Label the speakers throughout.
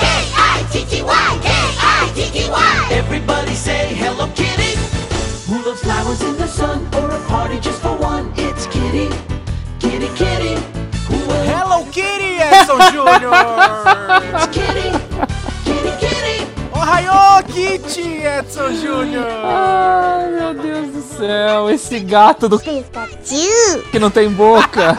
Speaker 1: K-I-T-T-Y, K-I-T-T-Y.
Speaker 2: Everybody say Hello Kitty. Who loves flowers in the sun or a party just for one? It's Kitty, Kitty, Kitty. Who will help
Speaker 3: Hello Kitty, Edson Júnior!
Speaker 2: Kitty? Kitty, Kitty.
Speaker 3: Ohio Kitty, Edson Júnior!
Speaker 4: Ai, meu Deus do céu, esse gato do
Speaker 1: Pikachu.
Speaker 4: que não tem boca.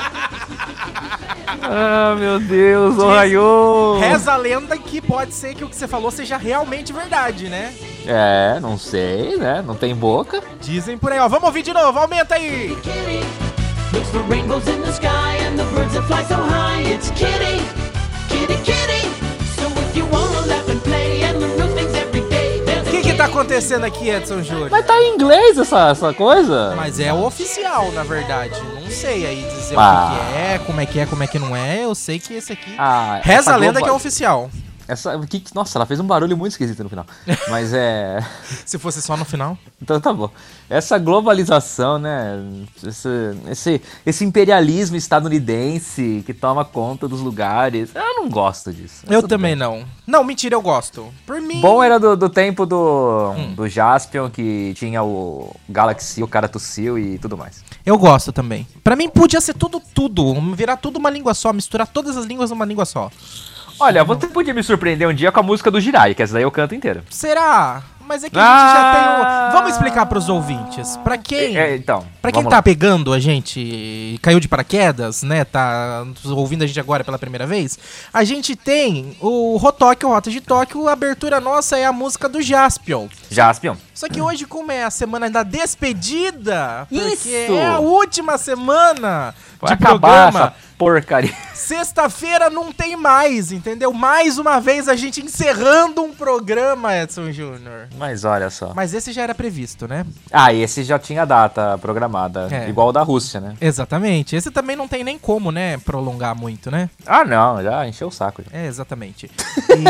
Speaker 4: Ah, meu Deus, o raio.
Speaker 3: Reza a lenda que pode ser que o que você falou seja realmente verdade, né?
Speaker 4: É, não sei, né? Não tem boca.
Speaker 3: Dizem por aí, ó. Vamos ouvir de novo, aumenta aí!
Speaker 2: Kitty looks for rainbows in the sky and the birds that fly so high. It's Kitty, Kitty, Kitty. So if you wanna laugh and play and learn new things every day, there's
Speaker 3: O
Speaker 2: a
Speaker 3: que que
Speaker 2: kitty.
Speaker 3: tá acontecendo aqui, Edson Júnior?
Speaker 4: Mas tá em inglês essa, essa coisa?
Speaker 3: Mas é o oficial, na verdade. Não sei aí dizer o que
Speaker 4: Ah.
Speaker 3: que é, como é que é, como é que não é. Eu sei que esse aqui.
Speaker 4: Ah,
Speaker 3: Reza
Speaker 4: essa
Speaker 3: a lenda
Speaker 4: Globo-
Speaker 3: que é oficial.
Speaker 4: Essa, o que, que- nossa, ela fez um barulho muito esquisito no final. Mas é.
Speaker 3: Se fosse só no final.
Speaker 4: Então tá bom. Essa globalização, né? Esse, esse, esse imperialismo estadunidense que toma conta dos lugares. Eu não gosto disso.
Speaker 3: Eu também não. Não, mentira, eu gosto. Por mim.
Speaker 4: Bom é era do, do tempo do, do Jaspion, que tinha o Galaxy, o cara tossiu e tudo mais.
Speaker 3: Eu gosto também. Pra mim podia ser tudo, tudo. Um, Virar tudo uma língua só, misturar todas as línguas numa língua só.
Speaker 4: Olha, você podia me surpreender um dia com a música do Jirai, que essa daí eu canto inteira.
Speaker 3: Será? Mas é que a gente já
Speaker 4: Ah!
Speaker 3: tem o... Vamos explicar pros ouvintes. Pra quem...
Speaker 4: É, então.
Speaker 3: Pra quem
Speaker 4: vamos
Speaker 3: tá
Speaker 4: lá.
Speaker 3: pegando a gente, caiu de paraquedas, né? Tá ouvindo a gente agora pela primeira vez. A gente tem o Rotóquio, o Rota de Tóquio. A abertura nossa é a música do Jaspion.
Speaker 4: Jaspion.
Speaker 3: Só que hoje, como é a semana da despedida, porque
Speaker 4: Isso!
Speaker 3: é a última semana
Speaker 4: Vai
Speaker 3: de
Speaker 4: acabar
Speaker 3: programa,
Speaker 4: essa porcaria.
Speaker 3: sexta-feira não tem mais, entendeu? Mais uma vez a gente encerrando um programa, Edson Júnior.
Speaker 4: Mas olha só.
Speaker 3: Mas esse já era previsto, né?
Speaker 4: Ah, e esse já tinha data programada.
Speaker 3: É.
Speaker 4: Igual o da Rússia, né?
Speaker 3: Exatamente. Esse também não tem nem como, né, prolongar muito, né?
Speaker 4: Ah, não, já encheu o saco. Já.
Speaker 3: É, exatamente.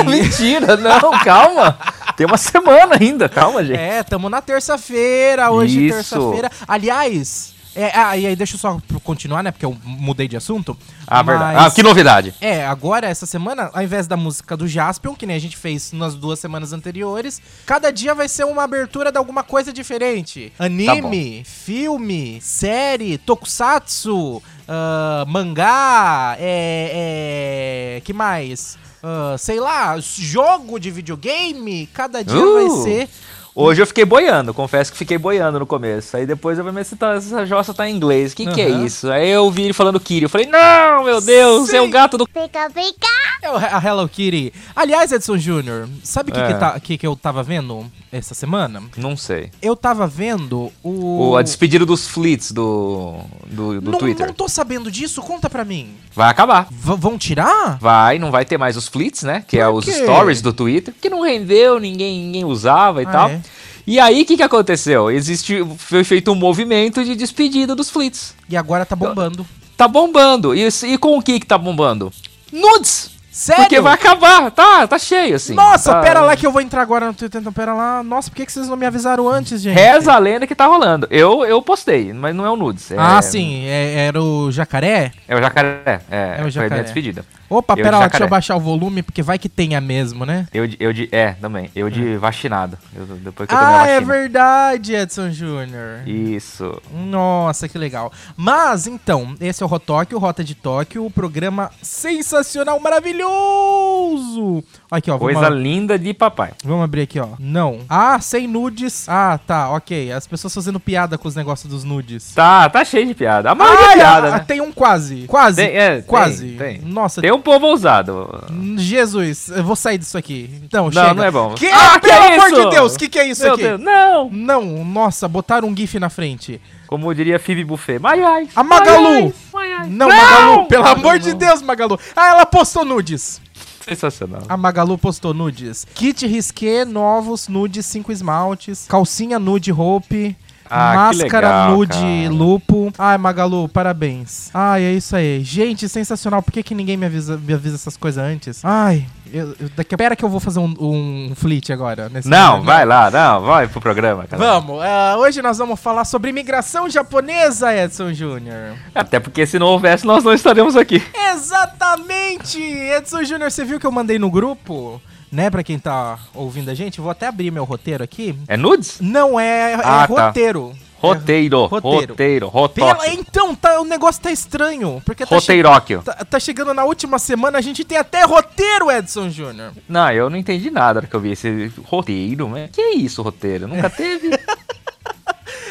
Speaker 4: Mentira, não, calma. Tem uma semana ainda, calma, gente.
Speaker 3: É, tamo na terça-feira, hoje
Speaker 4: Isso.
Speaker 3: terça-feira. Aliás, é, ah, e aí deixa eu só continuar, né, porque eu mudei de assunto.
Speaker 4: Ah, verdade.
Speaker 3: Mas-
Speaker 4: Ah, que novidade.
Speaker 3: É, agora, essa semana, ao invés da música do Jaspion, que nem a gente fez nas duas semanas anteriores, cada dia vai ser uma abertura de alguma coisa diferente.
Speaker 4: Tá
Speaker 3: Anime, filme, série, tokusatsu, ah, mangá, é, é, que mais? Ah, sei lá, jogo de videogame, cada dia
Speaker 4: Uh!
Speaker 3: vai ser... um
Speaker 4: Hoje eu fiquei boiando, confesso que fiquei boiando no começo. Aí depois eu falei, mas essa, tá- essa jossa tá em inglês, que que é
Speaker 3: Aham.
Speaker 4: isso? Aí eu ouvi ele falando Kiri, eu falei, não, meu Deus, é o gato do...
Speaker 1: Pica, pica.
Speaker 3: É o- a Hello Kitty. Aliás, Edson Júnior, sabe o que,
Speaker 4: É.
Speaker 3: que, tá- que que eu tava vendo essa semana?
Speaker 4: Não sei.
Speaker 3: Eu tava vendo o...
Speaker 4: O, a despedida dos flits do, do, do
Speaker 3: não,
Speaker 4: Twitter.
Speaker 3: não tô sabendo disso, conta pra mim.
Speaker 4: Vai acabar.
Speaker 3: V- vão tirar?
Speaker 4: Vai, não vai ter mais os flits, né? Que é
Speaker 3: Por
Speaker 4: os
Speaker 3: quê?
Speaker 4: stories do Twitter, que não rendeu, ninguém, ninguém usava e
Speaker 3: Ah,
Speaker 4: tal.
Speaker 3: é?
Speaker 4: E aí, o que, que aconteceu? Existe, foi feito um movimento de despedida dos flits.
Speaker 3: E agora tá bombando.
Speaker 4: Tá bombando. E, e com o que que tá bombando? Nudes!
Speaker 3: Sério?
Speaker 4: Porque vai acabar, tá, tá cheio, assim.
Speaker 3: Nossa,
Speaker 4: tá...
Speaker 3: pera lá que eu vou entrar agora no Twitter, então pera lá. Nossa, por que, que vocês não me avisaram antes, gente?
Speaker 4: Reza a lenda que tá rolando. Eu, eu postei, mas não é o nudes. é-
Speaker 3: Ah, sim, é- era o jacaré?
Speaker 4: É o jacaré. É,
Speaker 3: É o
Speaker 4: Foi a
Speaker 3: jacaré.
Speaker 4: minha despedida.
Speaker 3: Opa,
Speaker 4: Eu de
Speaker 3: pera lá,
Speaker 4: jacaré.
Speaker 3: deixa eu baixar o volume, porque vai que tenha mesmo, né?
Speaker 4: Eu de, eu de. É, também. Eu de vacinado. Eu- depois que eu tomei a
Speaker 3: Ah,
Speaker 4: vacina.
Speaker 3: é verdade, Edson Júnior.
Speaker 4: Isso.
Speaker 3: Nossa, que legal. Mas então, esse é o Rotóquio, Rota de Tóquio, o programa sensacional, maravilhoso. Aqui, ó, vamos
Speaker 4: Coisa linda de papai.
Speaker 3: Vamos abrir aqui, ó. Não. Ah, sem nudes. Ah, tá, ok. As pessoas fazendo piada com os negócios dos nudes.
Speaker 4: Tá, tá cheio de piada. A
Speaker 3: Ah,
Speaker 4: maioria é piada,
Speaker 3: ah,
Speaker 4: né?
Speaker 3: Tem um quase. Quase.
Speaker 4: Tem, é, tem,
Speaker 3: quase.
Speaker 4: tem.
Speaker 3: Nossa,
Speaker 4: Tem um povo ousado.
Speaker 3: Jesus, eu vou sair disso aqui. Então,
Speaker 4: Não,
Speaker 3: chega.
Speaker 4: não é bom.
Speaker 3: Que?
Speaker 4: Ah, que
Speaker 3: pelo
Speaker 4: é
Speaker 3: amor
Speaker 4: isso?
Speaker 3: de Deus, o que, que é isso
Speaker 4: Meu
Speaker 3: aqui?
Speaker 4: Deus, não!
Speaker 3: Não, nossa, botaram um gif na frente.
Speaker 4: Como diria Phoebe Buffet. Mai, ai.
Speaker 3: A Magalu! Não, Magalu, pelo amor de Deus, Magalu. Ah, ela postou nudes.
Speaker 4: Sensacional.
Speaker 3: A Magalu postou nudes. Kit risqué, novos, nudes, cinco esmaltes. Calcinha nude, roupe.
Speaker 4: Ah, que
Speaker 3: máscara
Speaker 4: legal,
Speaker 3: nude
Speaker 4: cara.
Speaker 3: lupo. Ai, Magalu, parabéns. Ai, é isso aí. Gente, sensacional. Por que, que ninguém me avisa, me avisa essas coisas antes? Ai, eu, eu- daqui a... Pera que eu vou fazer um, um flit agora. nesse
Speaker 4: Não,
Speaker 3: momento.
Speaker 4: vai lá, não, vai pro programa, cara.
Speaker 3: né? Vamos. ah, hoje nós vamos falar sobre imigração japonesa, Edson Júnior.
Speaker 4: Até porque se não houvesse, nós não estaremos aqui.
Speaker 3: Exatamente! Edson Júnior, você viu que eu mandei no grupo? Né, pra quem tá ouvindo a gente, vou até abrir meu roteiro aqui.
Speaker 4: É nudes?
Speaker 3: Não, é, é
Speaker 4: Ah, tá.
Speaker 3: roteiro.
Speaker 4: Roteiro,
Speaker 3: É, Roteiro. Pela,
Speaker 4: roteiro, rotóquio.
Speaker 3: então, tá, o negócio tá estranho. Porque tá, che-
Speaker 4: Roteiróquio.
Speaker 3: tá- tá chegando na última semana, a gente tem até roteiro, Edson Júnior.
Speaker 4: Não, eu não entendi nada na hora que eu vi esse roteiro, mas que é isso, roteiro? Nunca teve?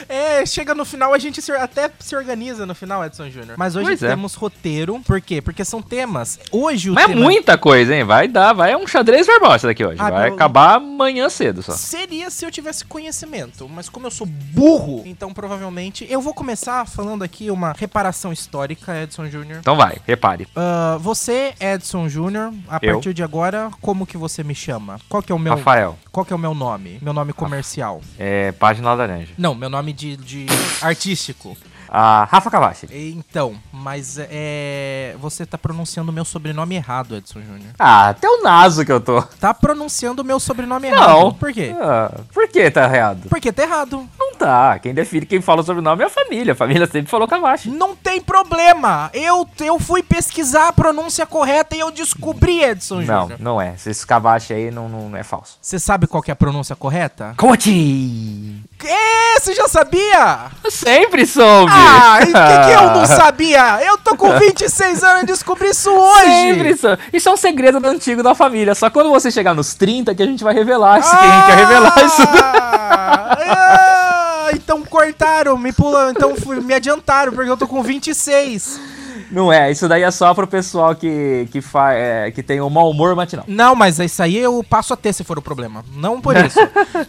Speaker 3: É, chega no final, a gente se- até se organiza no final, Edson Júnior. Mas hoje
Speaker 4: Pois é.
Speaker 3: temos roteiro. Por quê? Porque são temas. Hoje o
Speaker 4: mas é
Speaker 3: tema
Speaker 4: muita coisa, hein? Vai dar, vai é um xadrez verbal isso daqui hoje.
Speaker 3: Ah,
Speaker 4: vai
Speaker 3: meu-
Speaker 4: acabar amanhã cedo só.
Speaker 3: Seria se eu tivesse conhecimento, mas como eu sou burro, então provavelmente eu vou começar falando aqui uma reparação histórica, Edson Júnior.
Speaker 4: Então vai, repare.
Speaker 3: Ah, você, Edson Júnior, a
Speaker 4: Eu?
Speaker 3: partir de agora, como que você me chama? Qual que é o meu
Speaker 4: Rafael,
Speaker 3: Qual que é o meu nome? Meu nome comercial.
Speaker 4: é página laranja.
Speaker 3: Não, meu nome de, de artístico.
Speaker 4: Ah, Rafa Cavachi.
Speaker 3: Então, mas é. Você tá pronunciando o meu sobrenome errado, Edson Júnior.
Speaker 4: Ah, até o naso que eu tô.
Speaker 3: Tá pronunciando o meu sobrenome
Speaker 4: Não.
Speaker 3: errado. É Por quê?
Speaker 4: Ah, por que tá errado?
Speaker 3: Porque tá errado.
Speaker 4: Não tá. Quem define, quem fala o sobrenome é a família. A família sempre falou Cavachi.
Speaker 3: Não tem problema. Eu, eu fui pesquisar a pronúncia correta e eu descobri, Edson
Speaker 4: Não,
Speaker 3: Júnior.
Speaker 4: não é. Esse Cavachi aí não, não é falso.
Speaker 3: Você sabe qual que é a pronúncia correta?
Speaker 4: Coach!
Speaker 3: É, você já sabia?
Speaker 4: Eu sempre soube!
Speaker 3: Ah, e o que, que eu não sabia? Eu tô com 26 anos e descobri isso hoje.
Speaker 4: Sempre soube. Isso é um segredo antigo da família. Só quando você chegar nos 30 que a gente vai revelar isso. que a gente quer revelar isso.
Speaker 3: Ah, ah, então cortaram, me pularam, então fui- me adiantaram, porque eu tô com 26.
Speaker 4: Não é, isso daí é só pro pessoal que, que, fa, é, que tem um mau humor matinal.
Speaker 3: Não, mas isso aí eu passo a ter se for o problema. Não por isso.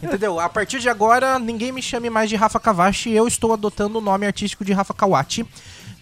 Speaker 3: Entendeu? A partir de agora, ninguém me chame mais de Rafa Kawashi. Eu estou adotando o nome artístico de Rafa Kawachi.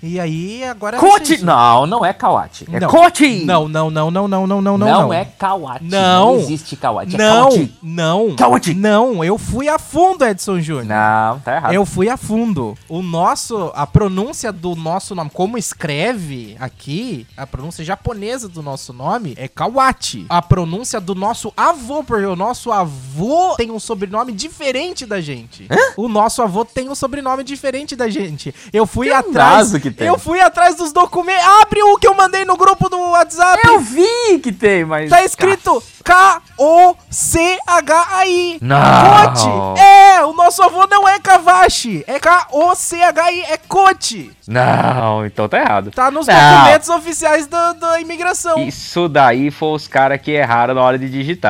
Speaker 3: E aí, agora.
Speaker 4: Coach!
Speaker 3: vocês-
Speaker 4: Não, não é Kawati. É
Speaker 3: Não.
Speaker 4: Coach!
Speaker 3: Não, não, não, não, não, não, não, não.
Speaker 4: Não é Kawati.
Speaker 3: Não.
Speaker 4: Não existe Kawati.
Speaker 3: Não,
Speaker 4: É Kawati.
Speaker 3: não.
Speaker 4: Kawachi.
Speaker 3: Não, eu fui a fundo, Edson Júnior.
Speaker 4: Não, tá errado.
Speaker 3: Eu fui a fundo. O nosso, a pronúncia do nosso nome, como escreve aqui, a pronúncia japonesa do nosso nome é Kawachi. A pronúncia do nosso avô, porque o nosso avô tem um sobrenome diferente da gente. O nosso avô tem um sobrenome diferente da gente. Eu fui
Speaker 4: Tem um
Speaker 3: atrás.
Speaker 4: vaso que tem.
Speaker 3: Eu fui atrás dos documentos. Abre o que eu mandei no grupo do WhatsApp.
Speaker 4: Eu vi que tem, mas.
Speaker 3: Tá escrito K-O-C-H-I.
Speaker 4: Não.
Speaker 3: Cote. É, o nosso avô não é Kavashi. É K-O-C-H-I, é Cote.
Speaker 4: Não, então tá errado.
Speaker 3: Tá nos
Speaker 4: Não.
Speaker 3: documentos oficiais da, da imigração.
Speaker 4: Isso daí foi os caras que erraram na hora de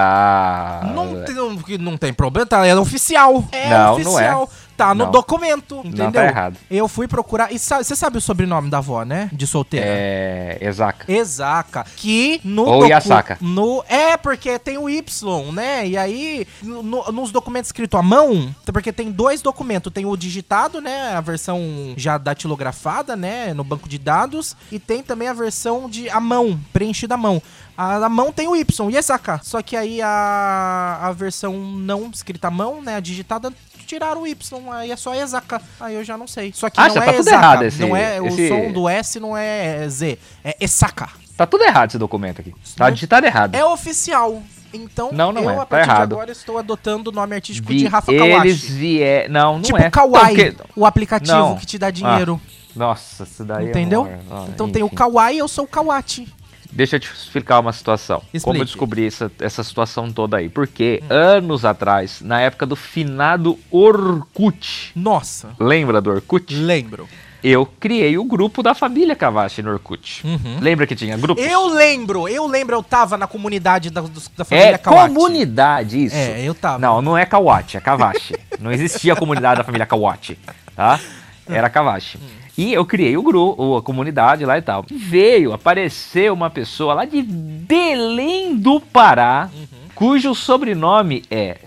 Speaker 4: digitar. É,
Speaker 3: Não, tem- não, que não tem problema, tá? É oficial. É
Speaker 4: Não, não
Speaker 3: oficial. Tá no
Speaker 4: Não.
Speaker 3: documento, entendeu?
Speaker 4: tá errado.
Speaker 3: Eu fui procurar. E sa- você sabe o sobrenome da avó, né? De solteira.
Speaker 4: É. Exato.
Speaker 3: Exaca. Que no.
Speaker 4: Ou
Speaker 3: docu-
Speaker 4: Yasaka.
Speaker 3: No, é, porque tem o Y, né? E aí, no- no- nos documentos escrito à mão, porque tem dois documentos: tem o digitado, né? A versão já datilografada, né? No banco de dados. E tem também a versão de a mão, preenchida à mão. A, a mão tem o Y, Yasaka. Só que aí a, a versão não escrita à mão, né? A digitada. Tiraram o Y, aí é só Exaca. Aí eu já não sei. Só que
Speaker 4: Ah,
Speaker 3: não
Speaker 4: já
Speaker 3: é
Speaker 4: tá tudo
Speaker 3: Ezaka,
Speaker 4: errado esse-
Speaker 3: não é
Speaker 4: esse-
Speaker 3: o som do S não é Z, é Esaka.
Speaker 4: Tá tudo errado esse documento aqui. Tá
Speaker 3: Não.
Speaker 4: digitado errado.
Speaker 3: É oficial. Então,
Speaker 4: Não, não
Speaker 3: eu,
Speaker 4: é.
Speaker 3: a
Speaker 4: Tá
Speaker 3: partir
Speaker 4: errado.
Speaker 3: de agora, estou adotando o nome artístico
Speaker 4: Vi-
Speaker 3: de Rafa
Speaker 4: Eles
Speaker 3: Kawashi.
Speaker 4: vieram. Não, não
Speaker 3: Tipo
Speaker 4: é.
Speaker 3: Kawaii,
Speaker 4: Então, que-
Speaker 3: o aplicativo
Speaker 4: Não. Ah,
Speaker 3: que te dá dinheiro,
Speaker 4: Nossa, isso daí é
Speaker 3: entendeu?
Speaker 4: uma- ah,
Speaker 3: então tem o
Speaker 4: enfim.
Speaker 3: Kawaii, eu sou o Kawachi.
Speaker 4: Deixa eu te explicar uma situação. Como
Speaker 3: Explique. Hum.
Speaker 4: eu descobri essa, essa situação toda aí? Porque anos atrás, na época do finado Orkut,
Speaker 3: Nossa,
Speaker 4: lembra do Orkut?
Speaker 3: lembro.
Speaker 4: Eu criei o grupo da família Kavashi no Orkut.
Speaker 3: Uhum.
Speaker 4: Lembra que tinha grupo?
Speaker 3: Eu lembro, eu lembro, eu tava na comunidade da, dos- da família
Speaker 4: É
Speaker 3: Kawachi.
Speaker 4: comunidade isso.
Speaker 3: É, eu tava.
Speaker 4: Não, não é Kawachi, é Kawashi. não existia a comunidade da família Kawachi, tá? Era Kawashi. E eu criei o grupo, a comunidade lá e tal. Veio, apareceu uma
Speaker 3: Uhum.
Speaker 4: pessoa lá de Belém do Pará, cujo sobrenome é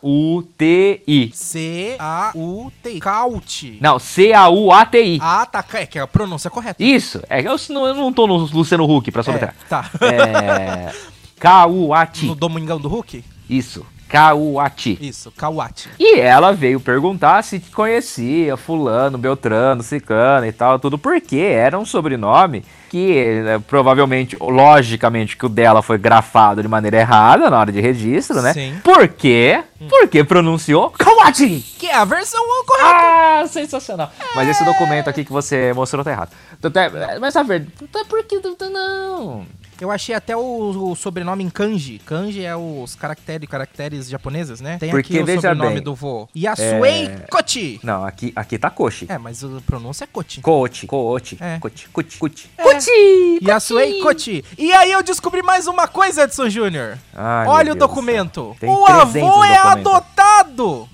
Speaker 4: C-A-U-T-I.
Speaker 3: C-A-U-T. Caute.
Speaker 4: Não, C-A-U-A-T-I.
Speaker 3: Ah, tá. É que é a pronúncia correta.
Speaker 4: Isso. É, que eu, não- eu não tô no Luciano Huck pra soletrar.
Speaker 3: É, tá.
Speaker 4: É. Kauati.
Speaker 3: No Domingão do Hulk?
Speaker 4: Isso. Kauati.
Speaker 3: Isso, Kawati.
Speaker 4: E ela veio perguntar se conhecia fulano, beltrano, cicano e tal, tudo, porque era um sobrenome que eh, provavelmente, logicamente, que o dela foi grafado de maneira errada na hora de registro, né?
Speaker 3: Sim.
Speaker 4: Por quê? Porque pronunciou Kawati!
Speaker 3: Que é a versão correta.
Speaker 4: Ah, sensacional. Mas esse documento aqui que você mostrou tá errado. Tanto é- Mas a verdade, por que não?
Speaker 3: Eu achei até o, o sobrenome em kanji. Kanji é os caracteres, caracteres japoneses, né? Tem
Speaker 4: Porque,
Speaker 3: aqui o
Speaker 4: veja
Speaker 3: sobrenome
Speaker 4: bem, é,
Speaker 3: do vô. Yasuei Kochi.
Speaker 4: Não, aqui, aqui tá Koshi.
Speaker 3: É, mas a pronúncia é Kochi.
Speaker 4: Kochi, Kochi,
Speaker 3: É.
Speaker 4: Kochi, Kochi, Kochi.
Speaker 3: Yasuei Kochi. E aí eu descobri mais uma coisa, Edson Júnior.
Speaker 4: Ai,
Speaker 3: Olha
Speaker 4: meu
Speaker 3: o
Speaker 4: Deus do
Speaker 3: documento.
Speaker 4: céu. Tem
Speaker 3: O avô
Speaker 4: 300
Speaker 3: é
Speaker 4: documentos.
Speaker 3: adotado.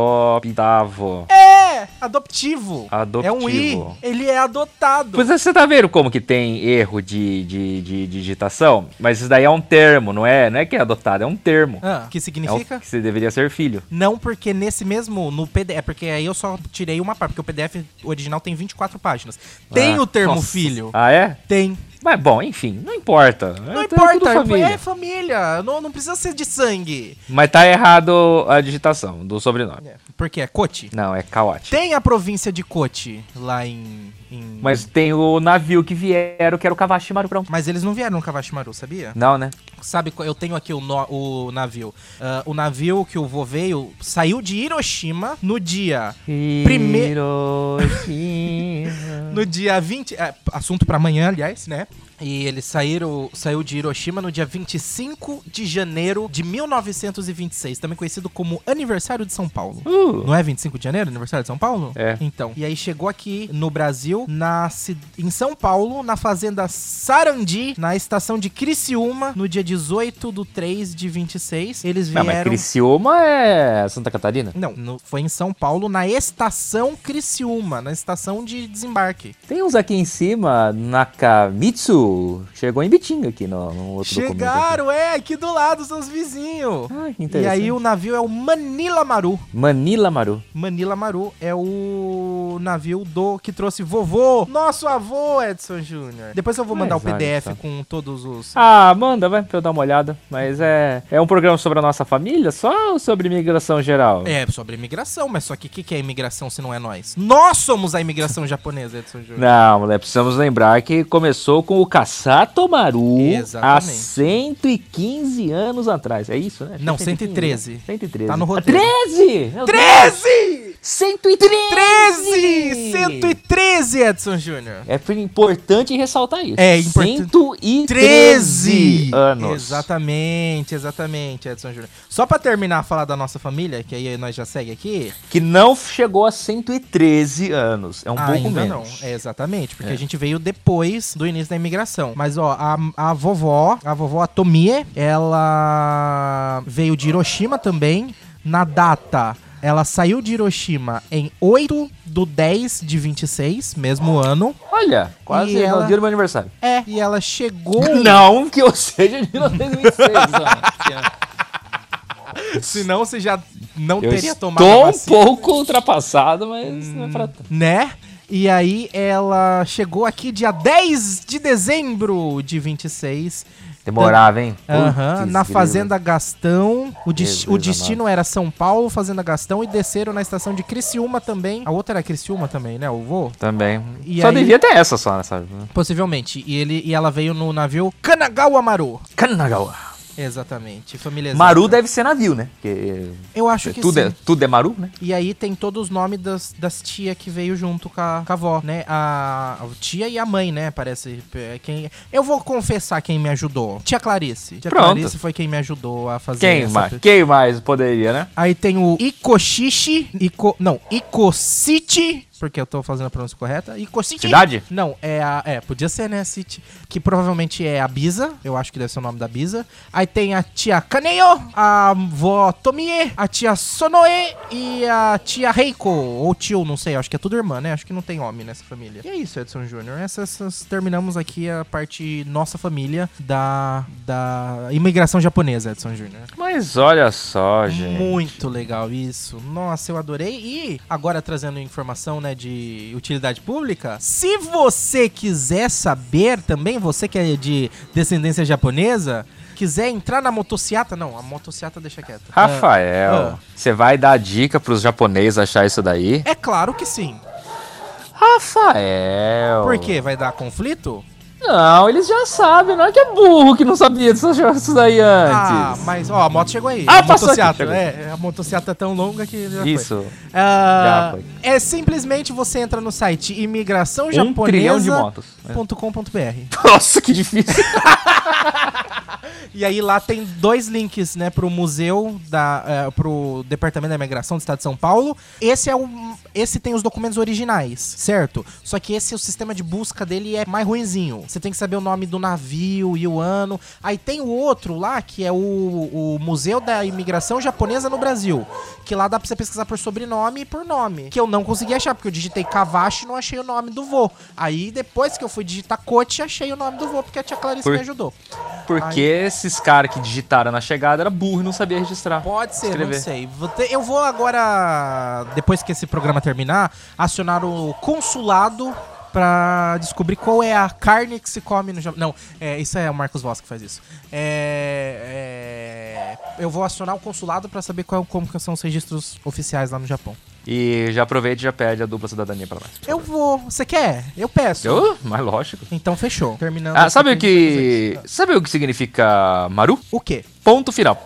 Speaker 4: Adoptavo.
Speaker 3: É, adoptivo. É um I.
Speaker 4: Adoptivo.
Speaker 3: Ele é adotado.
Speaker 4: Pois é, você tá vendo como que tem erro de, de, de digitação? Mas isso daí é um termo, não é? Não é que é adotado, é um termo.
Speaker 3: Ah, que
Speaker 4: É o
Speaker 3: significa?
Speaker 4: que você deveria ser filho.
Speaker 3: Não, porque nesse mesmo, no PDF, é porque aí eu só tirei uma parte, porque o PDF original tem 24 páginas. Tem
Speaker 4: Ah,
Speaker 3: o termo
Speaker 4: nossa.
Speaker 3: filho.
Speaker 4: Ah, é?
Speaker 3: Tem.
Speaker 4: Mas bom, enfim, não importa.
Speaker 3: Não
Speaker 4: É tudo
Speaker 3: importa,
Speaker 4: família.
Speaker 3: é família. Não, não precisa ser de sangue.
Speaker 4: Mas tá errado a digitação do sobrenome.
Speaker 3: Porque é Cote.
Speaker 4: Não, é caótico.
Speaker 3: Tem a província de Cote lá em. em- Mas...
Speaker 4: Mas tem o navio que vieram, que era o Kawashimaru, pronto.
Speaker 3: eles não vieram no Kawashimaru, sabia?
Speaker 4: Não, né?
Speaker 3: Sabe, qual- eu tenho aqui o, no- o navio. Ah, o navio que o vô veio saiu de Hiroshima no dia. Prime-
Speaker 4: Hiroshima.
Speaker 3: No dia 20. é, assunto pra amanhã, aliás, né? E eles saíram, saiu de Hiroshima no dia 25 de janeiro de 1926, também conhecido como aniversário de São Paulo.
Speaker 4: Uh.
Speaker 3: Não é 25 de janeiro, aniversário de São Paulo?
Speaker 4: É.
Speaker 3: Então. E aí chegou aqui no Brasil, na, ci- em São Paulo, na fazenda Sarandi, na estação de Criciúma, no dia 18 do 3 de 26. Eles
Speaker 4: Não,
Speaker 3: vieram.
Speaker 4: mas Criciúma é Santa Catarina?
Speaker 3: Não, no- foi em São Paulo, na estação Criciúma, na estação de desembarque.
Speaker 4: Tem uns aqui em cima, Nakamitsu. Chegou em Bitinga aqui no, no outro documento.
Speaker 3: Chegaram, é, aqui do lado, são os vizinhos.
Speaker 4: Ah, que
Speaker 3: e
Speaker 4: interessante.
Speaker 3: aí o navio é o Manila Maru.
Speaker 4: aqui. Manila Maru.
Speaker 3: Manila Maru é o navio do que trouxe vovô, nosso avô Edson Júnior. Depois eu vou mandar
Speaker 4: Mas
Speaker 3: o PDF
Speaker 4: olha só.
Speaker 3: com todos os
Speaker 4: Ah, manda, vai pra eu dar uma olhada. Mas é, é um programa sobre a nossa família só ou sobre imigração geral?
Speaker 3: É, sobre imigração, mas só que o que, que é imigração se não é nós? Nós somos a imigração japonesa, Edson Júnior.
Speaker 4: Não, moleque, precisamos lembrar que começou com o Kasato Maru há
Speaker 3: Exatamente.
Speaker 4: 115 anos atrás. É isso, né?
Speaker 3: Não, 113.
Speaker 4: 113.
Speaker 3: Tá no
Speaker 4: Ah,
Speaker 3: roteiro.
Speaker 4: 13! Meu Deus!
Speaker 3: 13!
Speaker 4: 113!
Speaker 3: 13! 113, Edson Júnior.
Speaker 4: É por- importante ressaltar isso.
Speaker 3: É importante.
Speaker 4: 113 anos.
Speaker 3: Exatamente, exatamente, Edson Júnior. Só pra terminar a falar da nossa família, que aí nós já segue aqui.
Speaker 4: Que não chegou a 113 anos. É um pouco
Speaker 3: ainda
Speaker 4: menos.
Speaker 3: não. É, exatamente, porque a gente veio depois do início da imigração. Mas ó, a, a vovó, a vovó Atomie, ela veio de Hiroshima também na data ela saiu de Hiroshima em 8 do 10 de 26, mesmo ano.
Speaker 4: Olha, quase
Speaker 3: E
Speaker 4: no
Speaker 3: ela-
Speaker 4: dia do meu aniversário.
Speaker 3: É. E ela chegou.
Speaker 4: Não que eu seja de 1926, ó.
Speaker 3: Senão você já não
Speaker 4: Eu
Speaker 3: teria
Speaker 4: estou
Speaker 3: tomado a
Speaker 4: um
Speaker 3: vacina.
Speaker 4: pouco ultrapassado, mas não é pra tanto.
Speaker 3: né? E aí ela chegou aqui dia 10 de dezembro de 26.
Speaker 4: Demorava, hein?
Speaker 3: Aham,
Speaker 4: Putz,
Speaker 3: na
Speaker 4: grilo.
Speaker 3: Fazenda Gastão. O, des-
Speaker 4: Jesus
Speaker 3: o destino era São Paulo, Fazenda Gastão, e desceram na estação de Criciúma também. A outra era Criciúma também, né? O voo?
Speaker 4: Também.
Speaker 3: E
Speaker 4: só
Speaker 3: aí-
Speaker 4: devia ter essa só, né, sabe?
Speaker 3: Possivelmente. E, ele, e ela veio no navio Kanagawa Maru.
Speaker 4: Kanagawa.
Speaker 3: Exatamente. Família exata.
Speaker 4: Maru deve ser navio, né? Porque
Speaker 3: Eu acho que
Speaker 4: tudo,
Speaker 3: sim.
Speaker 4: é, tudo é Maru, né?
Speaker 3: E aí tem todos os nomes das, das tia que veio junto com a, com a avó, né? A, a tia e a mãe, né? Parece é, quem... Eu vou confessar quem me ajudou. Tia Clarice. Tia
Speaker 4: Pronto.
Speaker 3: Clarice foi quem me ajudou a fazer
Speaker 4: Quem
Speaker 3: essa
Speaker 4: mais? Quem mais poderia, né?
Speaker 3: Aí tem o Ikoshishi, Iko, não, Ikosichi porque eu tô fazendo a pronúncia correta. E City.
Speaker 4: Cidade?
Speaker 3: Não, é a. É, podia ser, né? City. Que provavelmente é a Bisa. Eu acho que deve ser o nome da Bisa. Aí tem a tia Kaneyo, a vó Tomie, a tia Sonoe e a tia Reiko. Ou tio, não sei. Acho que é tudo irmã, né? Acho que não tem homem nessa família. E é isso, Edson Júnior. Essas, essas- terminamos aqui a parte nossa família da, da imigração japonesa, Edson Júnior.
Speaker 4: Mas olha só, gente.
Speaker 3: Muito legal isso. Nossa, eu adorei. E agora trazendo informação, né, de utilidade pública. Se você quiser saber também, você que é de descendência japonesa, quiser entrar na motociata, não, a motociata deixa quieta.
Speaker 4: Rafael,
Speaker 3: Ah.
Speaker 4: você vai dar dica pros japoneses achar isso daí?
Speaker 3: É claro que sim.
Speaker 4: Rafael.
Speaker 3: Por quê? Vai dar conflito?
Speaker 4: Não, eles já sabem, não é que é burro que não sabia disso, disso daí
Speaker 3: Ah,
Speaker 4: antes.
Speaker 3: mas ó, a moto chegou aí.
Speaker 4: É Ah,
Speaker 3: a
Speaker 4: passou aqui,
Speaker 3: motociata.
Speaker 4: chegou.
Speaker 3: É, a motociata é tão longa que já foi.
Speaker 4: Isso.
Speaker 3: Ah,
Speaker 4: Já foi.
Speaker 3: É simplesmente você entra no site imigração
Speaker 4: Um trilhão de motos. Nossa, que difícil.
Speaker 3: E aí lá tem dois links, né, pro museu da eh, pro Departamento da Imigração do Estado de São Paulo. Esse é o esse tem os documentos originais, certo? Só que esse o sistema de busca dele é mais ruinzinho. Você tem que saber o nome do navio e o ano. Aí tem o outro lá que é o, o Museu da Imigração Japonesa no Brasil, que lá dá pra você pesquisar por sobrenome e por nome, que eu não consegui achar porque eu digitei Kavashi e não achei o nome do vô. Aí depois que eu fui digitar Kochi, achei o nome do vô porque a tia Clarice
Speaker 4: Por-
Speaker 3: me ajudou.
Speaker 4: Porque esses caras que digitaram na chegada era burro e não sabia registrar.
Speaker 3: Pode ser,
Speaker 4: Escrever.
Speaker 3: não sei. Vou ter- Eu vou agora, depois que esse programa terminar, acionar o consulado pra descobrir qual é a carne que se come no Japão. Não, é, isso é o Marcos Voss que faz isso. É, é, eu vou acionar o consulado pra saber qual, como que são os registros oficiais lá no Japão.
Speaker 4: E já aproveita e já pede a dupla cidadania pra nós.
Speaker 3: Eu vou. Você quer? Eu peço.
Speaker 4: Eu? Mas lógico.
Speaker 3: Então fechou. Terminando.
Speaker 4: Ah,
Speaker 3: esse
Speaker 4: sabe o
Speaker 3: aqui, vamos
Speaker 4: que.
Speaker 3: fazer isso.
Speaker 4: Sabe o que significa Maru?
Speaker 3: O quê?
Speaker 4: Ponto final.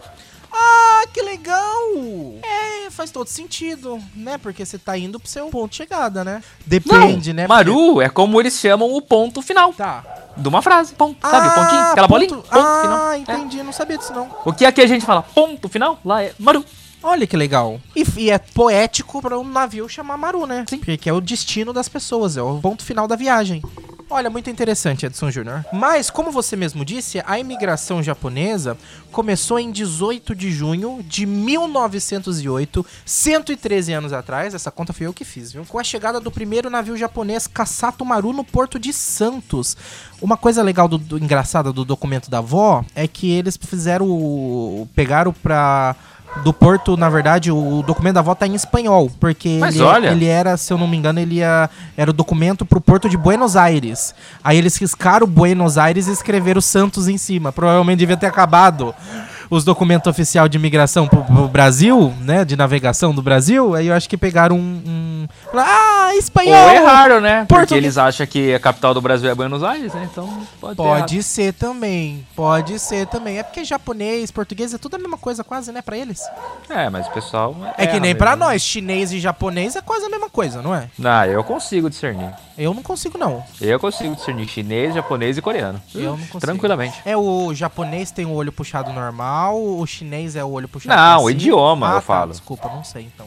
Speaker 3: Ah, que legal! É, faz todo sentido, né? Porque você tá indo pro seu ponto de chegada, né? Depende, né? Porque-
Speaker 4: Maru é como eles chamam o ponto final
Speaker 3: Tá.
Speaker 4: de uma frase. Ponto. Sabe?
Speaker 3: Ah,
Speaker 4: o pontinho, aquela
Speaker 3: ponto-
Speaker 4: bolinha. Ponto
Speaker 3: ah,
Speaker 4: final. É.
Speaker 3: entendi, não sabia disso não.
Speaker 4: O que aqui a gente fala ponto final, lá é Maru.
Speaker 3: Olha que legal. E, e é poético pra um navio chamar Maru, né? Sim. Porque é o destino das pessoas, é o ponto final da viagem. Olha, muito interessante, Edson Júnior. Mas, como você mesmo disse, a imigração japonesa começou em 18 de junho de 1908, 113 anos atrás. Essa conta foi eu que fiz, viu? Com a chegada do primeiro navio japonês Kasato Maru no porto de Santos. Uma coisa legal, do, do- engraçada do documento da avó é que eles fizeram. o- pegaram pra do Porto, na verdade, o documento da avó tá em espanhol, porque
Speaker 4: Mas
Speaker 3: ele,
Speaker 4: olha.
Speaker 3: ele era, se eu não me engano, ele ia, era o documento pro Porto de Buenos Aires. Aí eles riscaram Buenos Aires e escreveram Santos em cima. Provavelmente devia ter acabado os documentos oficial de imigração pro, pro Brasil, né, de navegação do Brasil. Aí eu acho que pegaram um... um- ah,
Speaker 4: Ou
Speaker 3: espanhol!
Speaker 4: erraram, né? Porque
Speaker 3: Português.
Speaker 4: eles acham que a capital do Brasil é Buenos Aires, né? Então pode ter errado.
Speaker 3: Pode ser também, pode ser também. É porque japonês, português, é tudo a mesma coisa quase, né, pra eles?
Speaker 4: É, mas o pessoal.
Speaker 3: É que
Speaker 4: erra
Speaker 3: nem
Speaker 4: mesmo,
Speaker 3: pra
Speaker 4: né?
Speaker 3: nós, chinês e japonês é quase a mesma coisa, não é?
Speaker 4: Ah, eu consigo discernir.
Speaker 3: Eu não consigo, não.
Speaker 4: Eu consigo discernir chinês, japonês e coreano.
Speaker 3: Eu não consigo.
Speaker 4: Tranquilamente.
Speaker 3: É, o japonês tem o olho puxado normal, o chinês é o olho puxado
Speaker 4: Não,
Speaker 3: pra
Speaker 4: o
Speaker 3: cima.
Speaker 4: idioma, eu
Speaker 3: tá,
Speaker 4: falo.
Speaker 3: Desculpa, não sei, então.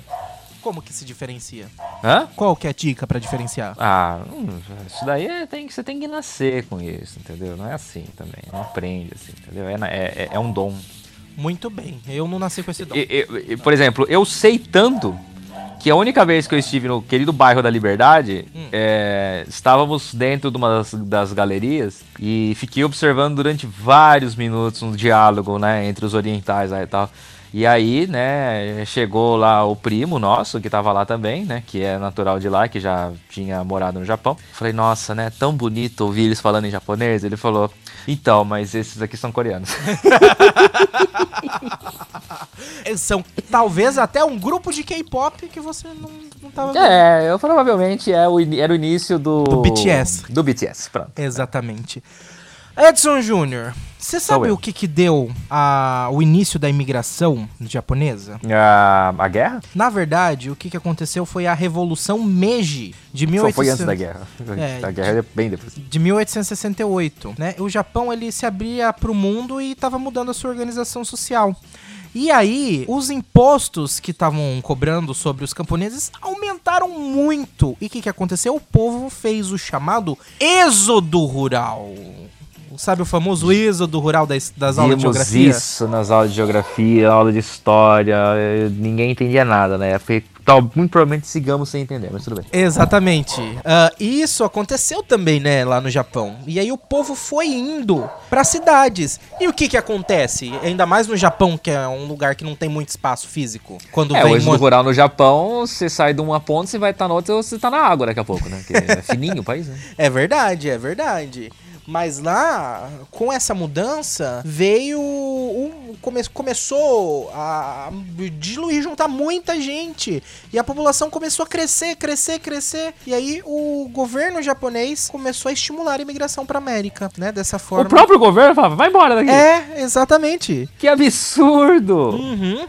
Speaker 3: Como que se diferencia?
Speaker 4: Hã?
Speaker 3: Qual que é a dica pra diferenciar?
Speaker 4: Ah, hum, isso daí é- tem, que- você tem que nascer com isso, entendeu? Não é assim também. Não aprende assim, entendeu? É, na- é- é- é um dom.
Speaker 3: Muito bem, eu não nasci com esse dom.
Speaker 4: E- e- e, por exemplo, eu sei tanto que a única vez que eu estive no querido bairro da Liberdade, é, estávamos dentro de uma das, das galerias e fiquei observando durante vários minutos um diálogo, né, entre os orientais lá e tal. E aí, né, chegou lá o primo nosso, que tava lá também, né, que é natural de lá, que já tinha morado no Japão. Falei, nossa, né, tão bonito ouvir eles falando em japonês. Ele falou, então, mas esses aqui são coreanos.
Speaker 3: Eles Eh, São talvez até um grupo de K-pop que você não, não tava
Speaker 4: É, eu provavelmente é o ini- era o início do.
Speaker 3: Do BTS.
Speaker 4: Do BTS, pronto.
Speaker 3: Exatamente. Edson Júnior, você sabe
Speaker 4: eu.
Speaker 3: o que que deu a- o início da imigração japonesa?
Speaker 4: A, a guerra?
Speaker 3: Na verdade, o que, que aconteceu foi a Revolução Meiji de
Speaker 4: Só
Speaker 3: 1800...
Speaker 4: foi antes da guerra.
Speaker 3: É,
Speaker 4: a guerra é bem depois.
Speaker 3: de 1868, né? O Japão ele se abria para o mundo e estava mudando a sua organização social. E aí, os impostos que estavam cobrando sobre os camponeses aumentaram plantaram muito. E o que, que aconteceu? O povo fez o chamado êxodo rural. Sabe o famoso êxodo rural das, das aulas de
Speaker 4: Vimos
Speaker 3: geografia?
Speaker 4: isso nas aulas de geografia, aula de história, eh, ninguém entendia nada, né? Porque, tal, muito provavelmente sigamos sem entender, mas tudo bem.
Speaker 3: Exatamente. Ah, E isso aconteceu também, né, lá no Japão. E aí o povo foi indo para cidades. E o que que acontece? Ainda mais no Japão, que é um lugar que não tem muito espaço físico. Quando
Speaker 4: É,
Speaker 3: vem
Speaker 4: hoje
Speaker 3: mon-
Speaker 4: no rural no Japão, você sai de uma ponte, você vai estar na outra, você tá na água daqui a pouco, né? Porque é fininho o país, né?
Speaker 3: É verdade, é verdade. Mas lá, com essa mudança, veio. Um, come- começou a diluir, juntar muita gente. E a população começou a crescer, crescer, crescer. E aí o governo japonês começou a estimular a imigração pra América, né? Dessa forma.
Speaker 4: O próprio governo falava, vai embora daqui.
Speaker 3: É, exatamente.
Speaker 4: Que absurdo!
Speaker 3: Uhum.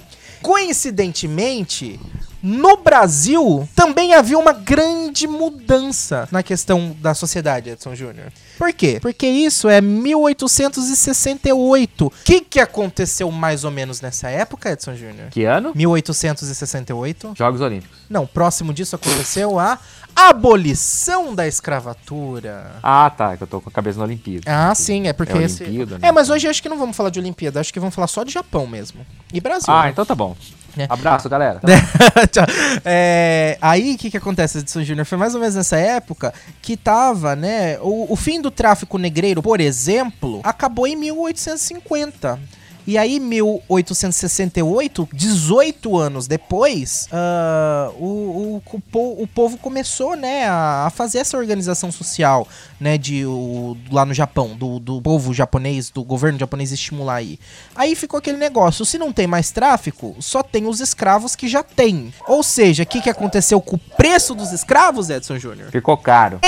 Speaker 3: Coincidentemente, no Brasil também havia uma grande mudança na questão da sociedade, Edson Júnior. Por quê? Porque isso é 1868. O que, que aconteceu mais ou menos nessa época, Edson Júnior?
Speaker 4: Que ano?
Speaker 3: 1868?
Speaker 4: Jogos Olímpicos.
Speaker 3: Não, próximo disso aconteceu a abolição da escravatura.
Speaker 4: Ah, tá, que eu tô com a cabeça na Olimpíada.
Speaker 3: Ah, sim, é porque
Speaker 4: É
Speaker 3: esse.
Speaker 4: Olimpíada, né?
Speaker 3: É, mas hoje acho que não vamos falar de Olimpíada, acho que vamos falar só de Japão mesmo. E Brasil.
Speaker 4: Ah,
Speaker 3: né?
Speaker 4: então tá bom.
Speaker 3: É.
Speaker 4: Abraço, galera.
Speaker 3: Tchau. É, aí o que, que acontece, Edson Júnior? Foi mais ou menos nessa época que tava, né? O, o fim do tráfico negreiro, por exemplo, acabou em 1850. E aí, 1868, 18 anos depois, ah, o, o, o po- o povo começou, né, a, a fazer essa organização social, né, de o, lá no Japão, do, do povo japonês, do governo japonês estimular aí. Aí ficou aquele negócio, se não tem mais tráfico, só tem os escravos que já tem. Ou seja, o que, que aconteceu com o preço dos escravos, Edson Júnior?
Speaker 4: Ficou caro.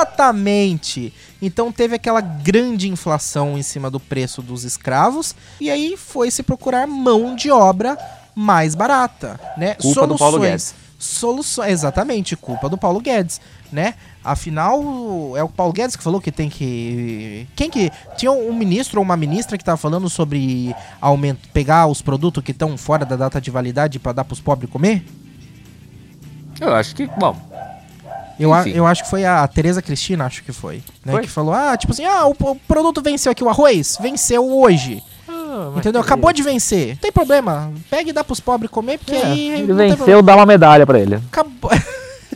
Speaker 3: Exatamente! Então teve aquela grande inflação em cima do preço dos escravos, e aí foi se procurar mão de obra mais barata, né?
Speaker 4: Culpa do Paulo Guedes.
Speaker 3: Soluções, exatamente, culpa do Paulo Guedes, né? Afinal, o- é o Paulo Guedes que falou que tem que. Quem que. Tinha um ministro ou uma ministra que tava falando sobre aumento, pegar os produtos que estão fora da data de validade para dar pros pobres comer?
Speaker 4: Eu acho que, bom,
Speaker 3: Eu, a-
Speaker 4: Enfim.
Speaker 3: eu acho que foi a Tereza Cristina, acho que foi, né?
Speaker 4: Foi?
Speaker 3: Que falou, ah, tipo assim, ah, o, p- o produto venceu aqui, o arroz venceu hoje.
Speaker 4: Ah,
Speaker 3: entendeu? Acabou de vencer. Não tem problema. Pega e dá pros pobres comer, porque aí. não tá
Speaker 4: É, ele
Speaker 3: tem
Speaker 4: venceu,
Speaker 3: problema.
Speaker 4: dá uma medalha pra ele.
Speaker 3: Acabou.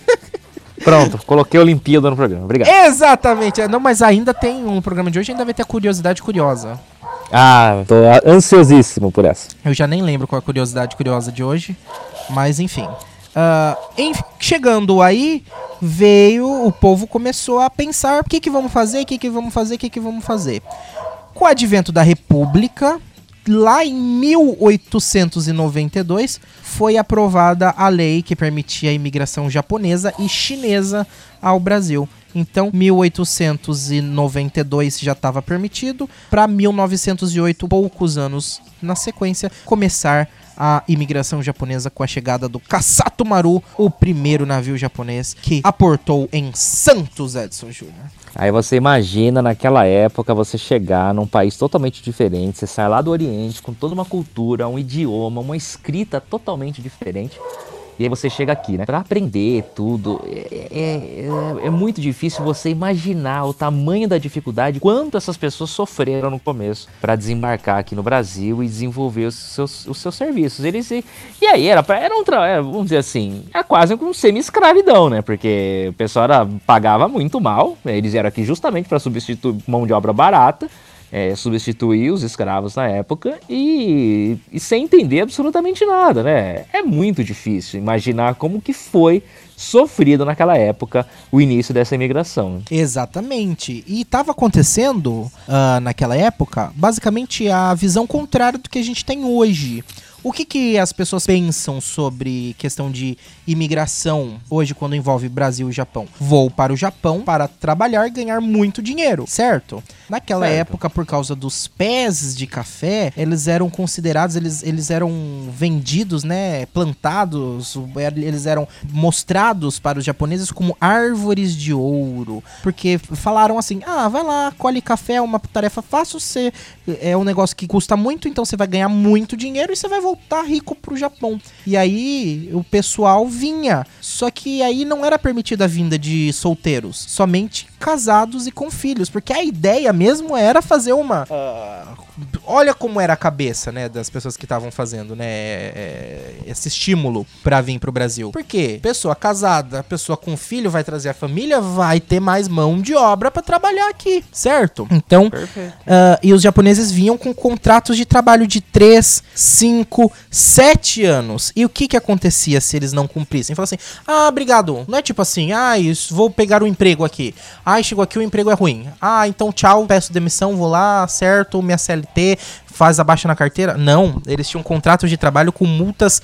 Speaker 4: Pronto, coloquei a Olimpíada no programa. Obrigado.
Speaker 3: Exatamente. É, Não, mas ainda tem um programa de hoje, ainda vai ter a curiosidade curiosa.
Speaker 4: Ah, tô ansiosíssimo por essa.
Speaker 3: Eu já nem lembro qual é a curiosidade curiosa de hoje, mas enfim. Ah, enf- chegando aí, veio, o povo começou a pensar o que, que vamos fazer, o que, que vamos fazer, o que, que vamos fazer. Com o advento da República, lá em 1892, foi aprovada a lei que permitia a imigração japonesa e chinesa ao Brasil. Então, 1892 já estava permitido, para 1908, poucos anos na sequência, começar a imigração japonesa com a chegada do Kasato Maru, o primeiro navio japonês que aportou em Santos, Edson Júnior.
Speaker 4: Aí você imagina naquela época você chegar num país totalmente diferente, você sai lá do Oriente com toda uma cultura, um idioma, uma escrita totalmente diferente. E aí você chega aqui, né? Pra aprender tudo. É, é- é- é muito difícil você imaginar o tamanho da dificuldade, quanto essas pessoas sofreram no começo pra desembarcar aqui no Brasil e desenvolver os seus, os seus serviços. Eles se- e aí era, pra- era um tra- é, vamos dizer assim, é quase um semi-escravidão, né? Porque o pessoal era- pagava muito mal. né? Eles eram aqui justamente para substituir mão de obra barata. É, substituir os escravos na época e, e sem entender absolutamente nada, né? É muito difícil imaginar como que foi sofrido naquela época o início dessa imigração.
Speaker 3: Exatamente. E estava acontecendo, ah, naquela época, basicamente a visão contrária do que a gente tem hoje. O que, que as pessoas pensam sobre questão de imigração hoje quando envolve Brasil e Japão? Vou para o Japão para trabalhar e ganhar muito dinheiro, certo? Naquela
Speaker 4: Certo.
Speaker 3: época, por causa dos pés de café, eles eram considerados, eles, eles eram vendidos, né? Plantados, é, eles eram mostrados para os japoneses como árvores de ouro. Porque falaram assim: ah, vai lá, colhe é café, é uma tarefa fácil, você é um negócio que custa muito, então você vai ganhar muito dinheiro e você vai voltar voltar rico pro Japão. E aí o pessoal vinha. Só que aí não era permitida a vinda de solteiros, somente casados e com filhos, porque a ideia mesmo era fazer uma ah, olha como era a cabeça, né, das pessoas que estavam fazendo, né, é, esse estímulo pra vir pro Brasil. Porque pessoa casada, pessoa com filho vai trazer a família, vai ter mais mão de obra pra trabalhar aqui, certo? Então, ah, e os japoneses vinham com contratos de trabalho de 3, 5, 7 anos. E o que que acontecia se eles não cumprissem? Falava assim, ah, obrigado. Não é tipo assim, ah, isso, vou pegar um emprego aqui. Ah, chegou aqui, o emprego é ruim. Ah, então tchau, peço demissão, vou lá, acerto minha CLT, faz a baixa na carteira. Não, eles tinham contratos de trabalho com multas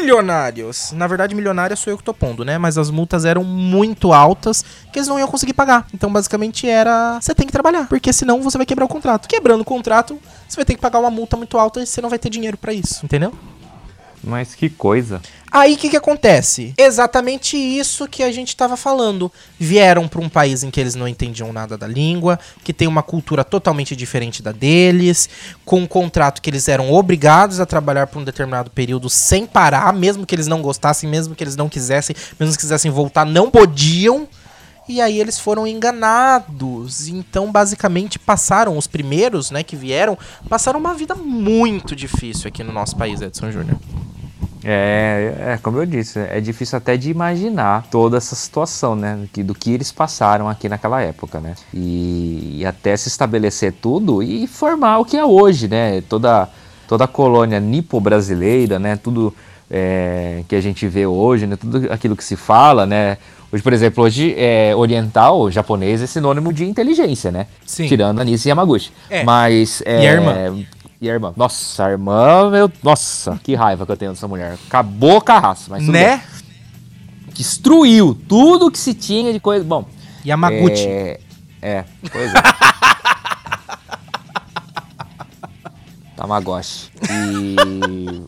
Speaker 3: milionários. Na verdade, milionária sou eu que tô pondo, né? Mas as multas eram muito altas que eles não iam conseguir pagar. Então, basicamente, era você tem que trabalhar, porque senão você vai quebrar o contrato. Quebrando o contrato, você vai ter que pagar uma multa muito alta e você não vai ter dinheiro pra isso, entendeu?
Speaker 4: Mas que coisa.
Speaker 3: Aí o que, que acontece? Exatamente isso que a gente estava falando. Vieram para um país em que eles não entendiam nada da língua, que tem uma cultura totalmente diferente da deles, com um contrato que eles eram obrigados a trabalhar por um determinado período sem parar, mesmo que eles não gostassem, mesmo que eles não quisessem, mesmo que quisessem voltar, não podiam. E aí eles foram enganados. Então, basicamente, passaram, os primeiros né, que vieram, passaram uma vida muito difícil aqui no nosso país, Edson Júnior.
Speaker 4: É, é, como eu disse, é difícil até de imaginar toda essa situação, né? Do que, do que eles passaram aqui naquela época, né? E, e até se estabelecer tudo e formar o que é hoje, né? Toda, toda a colônia nipo-brasileira, né? Tudo é, que a gente vê hoje, né? Tudo aquilo que se fala, né? Hoje, por exemplo, hoje é, oriental, japonês, é sinônimo de inteligência, né?
Speaker 3: Sim.
Speaker 4: Tirando a Nisi Yamaguchi.
Speaker 3: É.
Speaker 4: Mas... É,
Speaker 3: E a irmã?
Speaker 4: E a irmã. Nossa, a irmã, meu... Nossa, que raiva que eu tenho dessa mulher. Acabou com a raça, mas tudo
Speaker 3: Né?
Speaker 4: bem. Destruiu tudo que se tinha de coisa... Bom...
Speaker 3: Yamaguchi.
Speaker 4: É, é pois é. Tamagotchi. E...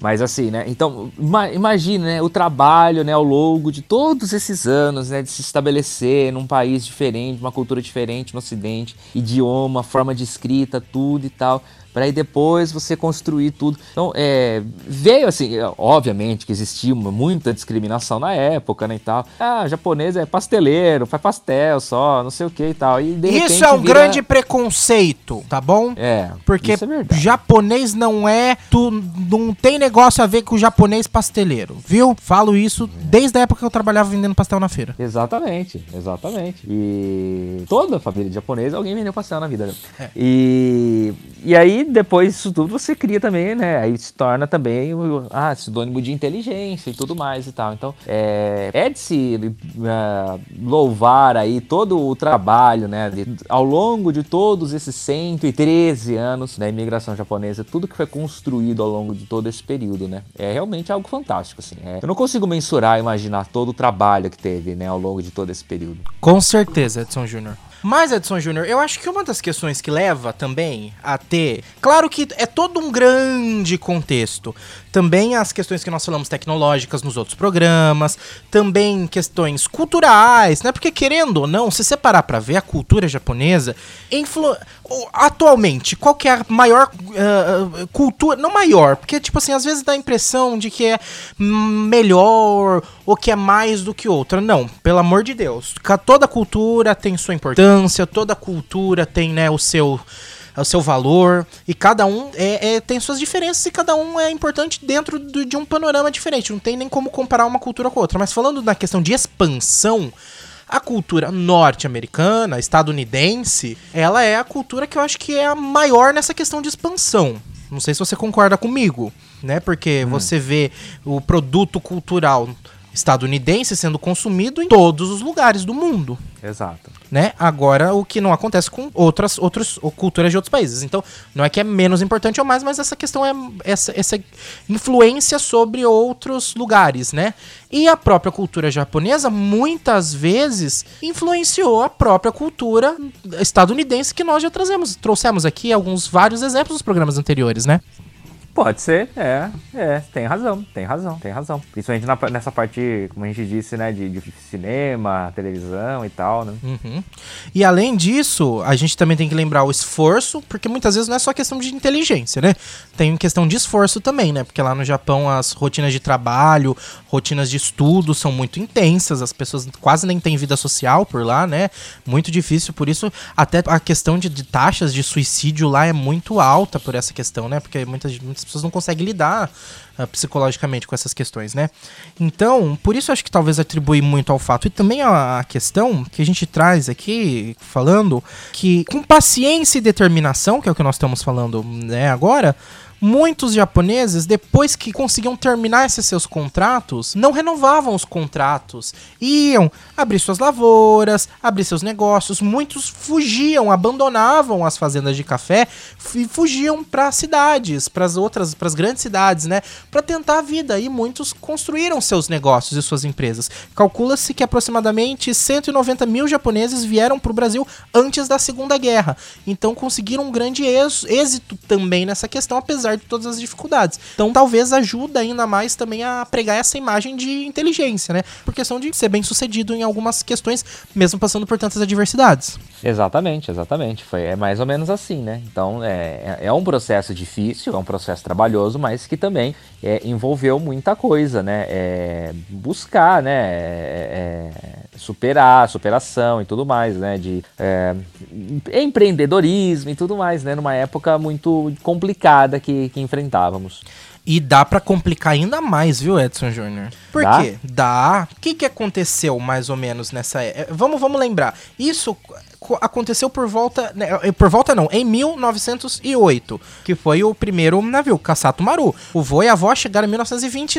Speaker 4: Mas assim, né? Então, ima- imagina, né? O trabalho, né? Ao longo de todos esses anos, né? De se estabelecer num país diferente, uma cultura diferente no Ocidente, idioma, forma de escrita, tudo e tal. Pra aí depois você construir tudo. Então, é, veio assim, é, obviamente que existia uma- muita discriminação na época, né? E tal. Ah, japonês é pasteleiro, faz pastel só, não sei o que e tal. E de repente
Speaker 3: Isso é um
Speaker 4: vira-
Speaker 3: grande preconceito, tá bom?
Speaker 4: É,
Speaker 3: Porque
Speaker 4: isso é verdade.
Speaker 3: japonês não é. Tu não tem negócio a ver com o japonês pasteleiro, viu? Falo isso desde a época que eu trabalhava vendendo pastel na feira.
Speaker 4: Exatamente, exatamente. E toda a família de japonês, alguém vendeu pastel na vida. Né? E, e aí, depois disso tudo, você cria também, né? Aí se torna também o ah, sinônimo de inteligência e tudo mais e tal. Então, é, é de se ah, louvar aí todo o trabalho, né? de- ao longo de todos esses 113 anos da imigração japonesa, tudo que foi construído ao longo de todo esse período, né? É realmente algo fantástico, assim. É, eu não consigo mensurar, imaginar todo o trabalho que teve, né? Ao longo de todo esse período.
Speaker 3: Com certeza, Edson Júnior. Mas, Edson Júnior, eu acho que uma das questões que leva também a ter. Claro que é todo um grande contexto. Também as questões que nós falamos tecnológicas nos outros programas, também questões culturais, né? Porque, querendo ou não, se separar pra ver a cultura japonesa, influ... o- atualmente, qual que é a maior ah, ah, cultura. Não maior, porque, tipo assim, às vezes dá a impressão de que é hum, melhor ou que é mais do que outra. Não, pelo amor de Deus. Ca- Toda cultura tem sua importância, toda cultura tem, né, o seu o seu valor e cada um é, é- tem suas diferenças e cada um é importante dentro do- de um panorama diferente não tem nem como comparar uma cultura com a outra mas falando na questão de expansão a cultura norte-americana, estadunidense, ela é a cultura que eu acho que é a maior nessa questão de expansão. Não sei se você concorda comigo, né? Porque você vê o produto cultural estadunidense sendo consumido em todos os lugares do mundo
Speaker 4: Exato.
Speaker 3: né? Agora, o que não acontece com outras outros, ou culturas de outros países. Então, não é que é menos importante ou mais, mas essa questão é essa, essa influência sobre outros lugares, né? E a própria cultura japonesa, muitas vezes, influenciou a própria cultura estadunidense que nós já trazemos. Trouxemos aqui alguns vários exemplos dos programas anteriores, né?
Speaker 4: Pode ser, é, é, tem razão, tem razão, tem razão. Principalmente na pa- nessa parte, como a gente disse, né, de, de cinema, televisão e tal, né?
Speaker 3: Uhum. E além disso, a gente também tem que lembrar o esforço, porque muitas vezes não é só questão de inteligência, né? Tem questão de esforço também, né? Porque lá no Japão as rotinas de trabalho, rotinas de estudo são muito intensas, as pessoas quase nem têm vida social por lá, né? Muito difícil, por isso até a questão de, de taxas de suicídio lá é muito alta por essa questão, né? Porque muitas, muitas pessoas não conseguem lidar ah, psicologicamente com essas questões, né? Então, por isso eu acho que talvez atribui muito ao fato. E também a a questão que a gente traz aqui, falando que com paciência e determinação, que é o que nós estamos falando né, agora, muitos japoneses, depois que conseguiam terminar esses seus contratos, não renovavam os contratos. Iam abrir suas lavouras, abrir seus negócios. Muitos fugiam, abandonavam as fazendas de café f- e fugiam para cidades, para as outras, para as grandes cidades, né? Para tentar a vida. E muitos construíram seus negócios e suas empresas. Calcula-se que aproximadamente 190 mil japoneses vieram para o Brasil antes da Segunda Guerra. Então conseguiram um grande êx- êxito também nessa questão, apesar de todas as dificuldades. Então talvez ajuda ainda mais também a pregar essa imagem de inteligência, né? Por questão de ser bem sucedido em algumas questões, mesmo passando por tantas adversidades.
Speaker 4: Exatamente, exatamente. Foi, é mais ou menos assim, né? Então é, é é um processo difícil, é um processo trabalhoso, mas que também é, envolveu muita coisa, né? É, buscar, né? É, é, superar, superação e tudo mais, né? De é, empreendedorismo e tudo mais, né? Numa época muito complicada que, que enfrentávamos.
Speaker 3: E dá pra complicar ainda mais, viu, Edson Júnior? Por
Speaker 4: Dá?
Speaker 3: quê? Dá. O que, que aconteceu mais ou menos nessa é- é, Vamos, vamos lembrar. Isso co- aconteceu por volta, né, é, por volta não, em 1908, que foi o primeiro navio, Kassato Maru. O vô e a avó chegaram em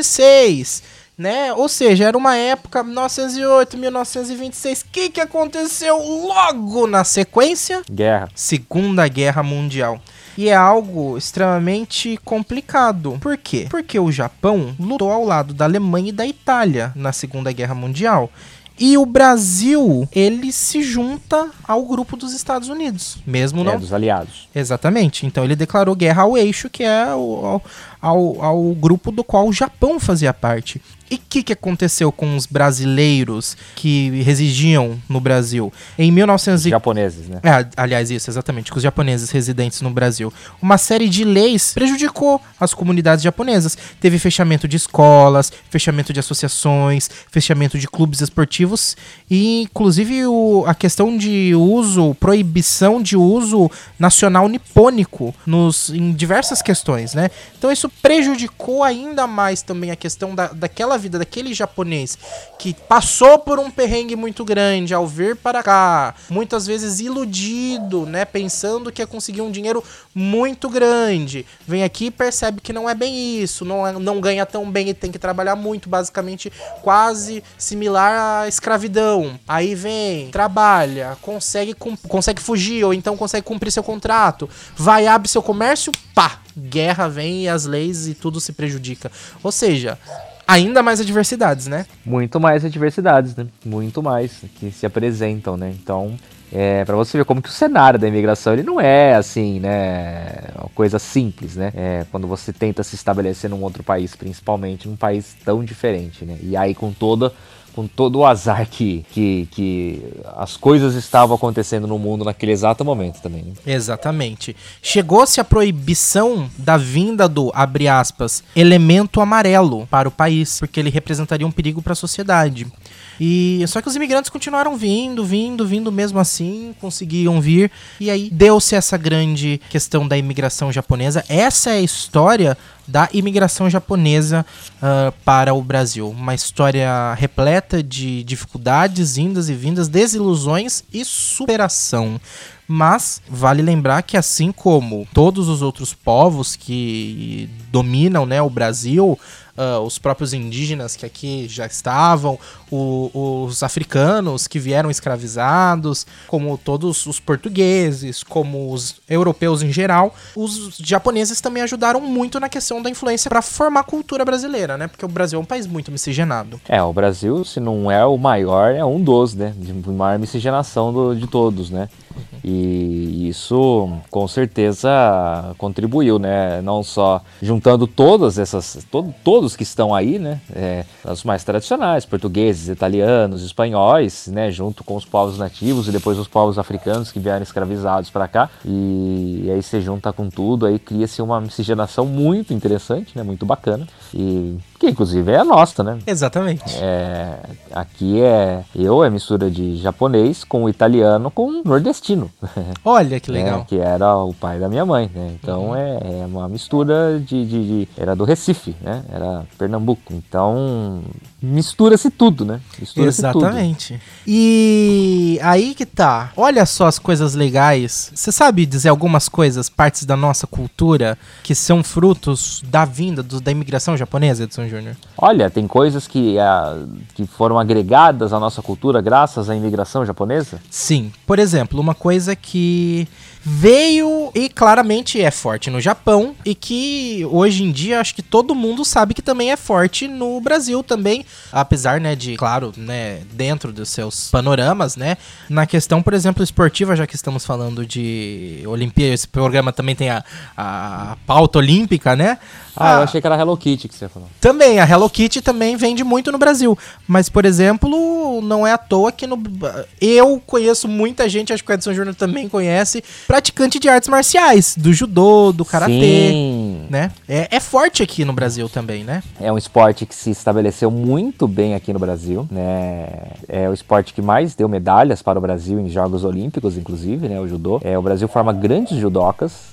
Speaker 3: 1926. Né? Ou seja, era uma época 1908, 1926. O que, que aconteceu logo na sequência?
Speaker 4: Guerra.
Speaker 3: Segunda Guerra Mundial. E é algo extremamente complicado. Por quê? Porque o Japão lutou ao lado da Alemanha e da Itália na Segunda Guerra Mundial. E o Brasil, ele se junta ao grupo dos Estados Unidos, mesmo
Speaker 4: É,
Speaker 3: não
Speaker 4: dos aliados.
Speaker 3: Exatamente. Então ele declarou guerra ao eixo, que é o- ao, ao, ao grupo do qual o Japão fazia parte. E o que, que aconteceu com os brasileiros que residiam no Brasil? Em 1900 e-
Speaker 4: Japoneses, né?
Speaker 3: é, aliás, isso, exatamente, com os japoneses residentes no Brasil. Uma série de leis prejudicou as comunidades japonesas. Teve fechamento de escolas, fechamento de associações, fechamento de clubes esportivos e, inclusive, o- a questão de uso, proibição de uso nacional nipônico nos, em diversas questões, né? Então, isso prejudicou ainda mais também a questão da, daquela vida, daquele japonês que passou por um perrengue muito grande ao vir para cá, muitas vezes iludido, né, pensando que ia conseguir um dinheiro muito grande. Vem aqui e percebe que não é bem isso, não, é- não ganha tão bem e tem que trabalhar muito, basicamente quase similar à escravidão. Aí vem, trabalha, consegue, cum- consegue fugir ou então consegue cumprir seu contrato, vai, abre seu comércio, pá, guerra vem e as leis e tudo se prejudica. Ou seja, ainda mais adversidades, né?
Speaker 4: muito mais adversidades, né? Muito mais que se apresentam, né? Então, é, para você ver como que o cenário da imigração ele não é assim, né? Uma coisa simples, né? É, quando você tenta se estabelecer num outro país, principalmente num país tão diferente, né? E aí com toda com todo o azar que, que, que as coisas estavam acontecendo no mundo naquele exato momento também. Né?
Speaker 3: Exatamente. Chegou-se a proibição da vinda do, abre aspas, elemento amarelo para o país, porque ele representaria um perigo para a sociedade. E só que os imigrantes continuaram vindo, vindo, vindo mesmo assim, conseguiam vir. E aí deu-se essa grande questão da imigração japonesa. Essa é a história da imigração japonesa ah, para o Brasil. Uma história repleta de dificuldades, indas e vindas, desilusões e superação. Mas vale lembrar que assim como todos os outros povos que dominam né, o Brasil, ah, os próprios indígenas que aqui já estavam, o- os africanos que vieram escravizados, como todos os portugueses, como os europeus em geral, os japoneses também ajudaram muito na questão da influência para formar a cultura brasileira, né? Porque o Brasil é um país muito miscigenado.
Speaker 4: É, o Brasil, se não é o maior, é um dos, né? De maior miscigenação do- de todos, né? E isso com certeza contribuiu, né? Não só juntando todas essas, to- todos que estão aí, né? É, os mais tradicionais, portugueses, italianos, espanhóis, né? Junto com os povos nativos e depois os povos africanos que vieram escravizados para cá. E aí você junta com tudo, aí cria-se uma miscigenação muito interessante, né? Muito bacana. E que inclusive é a nossa, né?
Speaker 3: Exatamente.
Speaker 4: É, aqui é eu é mistura de japonês com italiano com nordestino.
Speaker 3: Olha que
Speaker 4: né,
Speaker 3: legal. Uhum.
Speaker 4: que era o pai da minha mãe, né? Então é, é uma mistura de, de- de- Era do Recife, né? Era Pernambuco. Então mistura-se tudo, né? Mistura-se tudo.
Speaker 3: Exatamente. E aí que tá. Olha só as coisas legais. Você sabe dizer algumas coisas, partes da nossa cultura, que são frutos da vinda do- da imigração japonesa, Edson Júnior?
Speaker 4: Olha, tem coisas que, ah, que foram agregadas à nossa cultura graças à imigração japonesa.
Speaker 3: Sim. Por exemplo, uma coisa que veio e claramente é forte no Japão e que hoje em dia acho que todo mundo sabe que também é forte no Brasil também, apesar, né, de, claro, né, dentro dos seus panoramas, né, na questão, por exemplo, esportiva, já que estamos falando de Olimpíada, esse programa também tem a, a pauta olímpica, né?
Speaker 4: Ah,
Speaker 3: A-
Speaker 4: eu achei que era Hello Kitty que você falou.
Speaker 3: também, a Hello Kitty também vende muito no Brasil. Mas, por exemplo, não é à toa que no. Eu conheço muita gente, acho que o Edson Júnior também conhece, praticante de artes marciais, do judô, do karatê.
Speaker 4: Sim.
Speaker 3: Né? É, é forte aqui no Brasil também, né?
Speaker 4: É um esporte que se estabeleceu muito bem aqui no Brasil, né? É o esporte que mais deu medalhas para o Brasil em Jogos Olímpicos, inclusive, né? O judô. É, o Brasil forma grandes judocas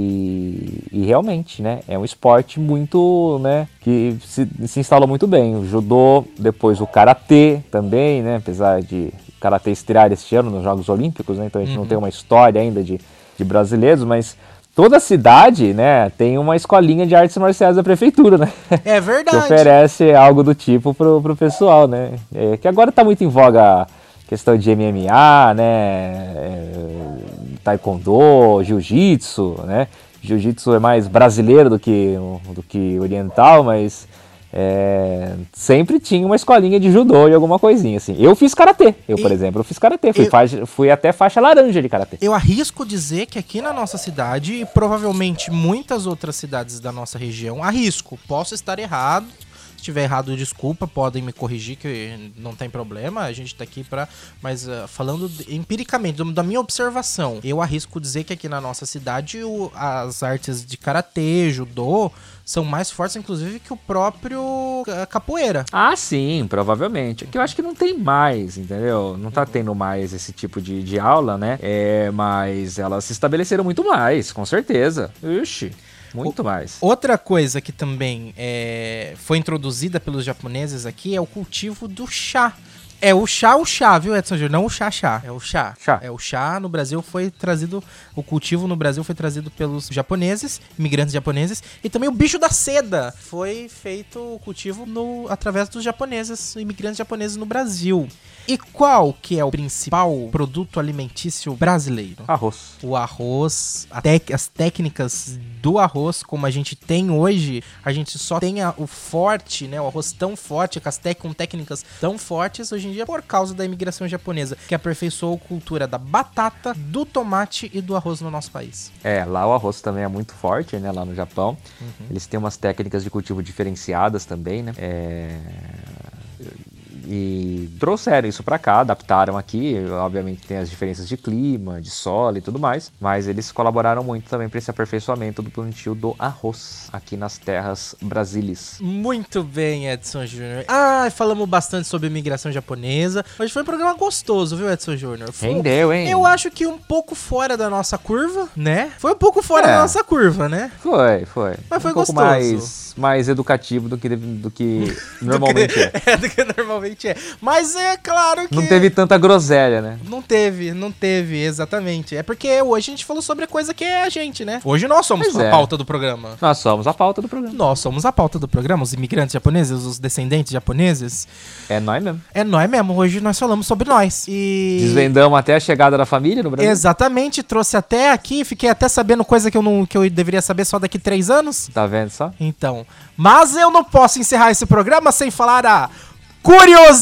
Speaker 4: e, e realmente, né? É um esporte muito, né? Que se, se instalou muito bem. O judô, depois o karatê também, né? Apesar de o karatê estrear este ano nos Jogos Olímpicos, né? Então a gente não tem uma história ainda de, de brasileiros, mas toda cidade, né? Tem uma escolinha de artes marciais da prefeitura, né?
Speaker 3: É
Speaker 4: que
Speaker 3: verdade.
Speaker 4: oferece algo do tipo pro, pro pessoal, né? É, que agora tá muito em voga a questão de MMA, né? É, taekwondo, jiu-jitsu, né? Jiu-jitsu é mais brasileiro do que, do que oriental, mas é, sempre tinha uma escolinha de judô e alguma coisinha, assim. Eu fiz karatê, eu, por
Speaker 3: E-
Speaker 4: exemplo, eu fiz karatê. Fui,
Speaker 3: eu-
Speaker 4: faixa- fui até faixa laranja de karatê.
Speaker 3: Eu arrisco dizer que aqui na nossa cidade, e provavelmente muitas outras cidades da nossa região, arrisco, posso estar errado. Se estiver errado, desculpa, podem me corrigir que não tem problema, a gente tá aqui pra. Mas ah, falando de- empiricamente, do- da minha observação, eu arrisco dizer que aqui na nossa cidade o- as artes de karatê, judô, são mais fortes, inclusive, que o próprio ah, capoeira.
Speaker 4: Ah, sim, provavelmente. É que eu acho que não tem mais, entendeu? Não tá tendo mais esse tipo de, de aula, né? É, mas elas se estabeleceram muito mais, com certeza. Ixi, muito mais.
Speaker 3: Outra coisa que também é, foi introduzida pelos japoneses aqui é o cultivo do chá. É o chá, o chá, viu, Edson Júnior? Não o chá, chá. É o chá.
Speaker 4: Chá.
Speaker 3: É o chá. No Brasil foi trazido, o cultivo no Brasil foi trazido pelos japoneses, imigrantes japoneses, e também o bicho da seda foi feito o cultivo no, através dos japoneses, imigrantes japoneses no Brasil. E qual que é o principal produto alimentício brasileiro?
Speaker 4: Arroz.
Speaker 3: o arroz, a tec- as técnicas do arroz como a gente tem hoje, a gente só tem a- o forte, né, o arroz tão forte, com, as tec- com técnicas tão fortes hoje em dia por causa da imigração japonesa, que aperfeiçoou a cultura da batata, do tomate e do arroz no nosso país.
Speaker 4: É, lá o arroz também é muito forte, né? Lá no Japão.
Speaker 3: Uhum.
Speaker 4: Eles têm umas técnicas de cultivo diferenciadas também, né? É, E trouxeram isso pra cá, adaptaram aqui. Obviamente tem as diferenças de clima, de solo e tudo mais. Mas eles colaboraram muito também pra esse aperfeiçoamento do plantio do arroz aqui nas terras brasilis.
Speaker 3: Muito bem, Edson Júnior. Ah, falamos bastante sobre imigração japonesa. Hoje foi um programa gostoso, viu, Edson Júnior? Foi um-
Speaker 4: Rendeu, hein?
Speaker 3: Eu acho que um pouco fora da nossa curva, né? Foi um pouco fora
Speaker 4: É.
Speaker 3: da nossa curva, né?
Speaker 4: Foi, foi.
Speaker 3: Mas foi
Speaker 4: um pouco
Speaker 3: gostoso.
Speaker 4: mais, mais educativo do que, do que normalmente é.
Speaker 3: É, do que normalmente é. Mas é claro que.
Speaker 4: Não teve tanta groselha, né?
Speaker 3: Não teve, não teve, exatamente. É porque hoje a gente falou sobre a coisa que é a gente, né? Hoje nós somos
Speaker 4: Pois
Speaker 3: a
Speaker 4: é.
Speaker 3: pauta do programa.
Speaker 4: Nós somos a pauta do programa.
Speaker 3: Nós somos a pauta do programa, os imigrantes japoneses, os descendentes japoneses.
Speaker 4: É nós mesmo.
Speaker 3: É nós mesmo, hoje nós falamos sobre nós. E.
Speaker 4: Desvendamos até a chegada da família no Brasil.
Speaker 3: Exatamente, trouxe até aqui, fiquei até sabendo coisa que eu, não, que eu deveria saber só daqui três anos.
Speaker 4: Tá vendo só?
Speaker 3: Então, mas eu não posso encerrar esse programa sem falar a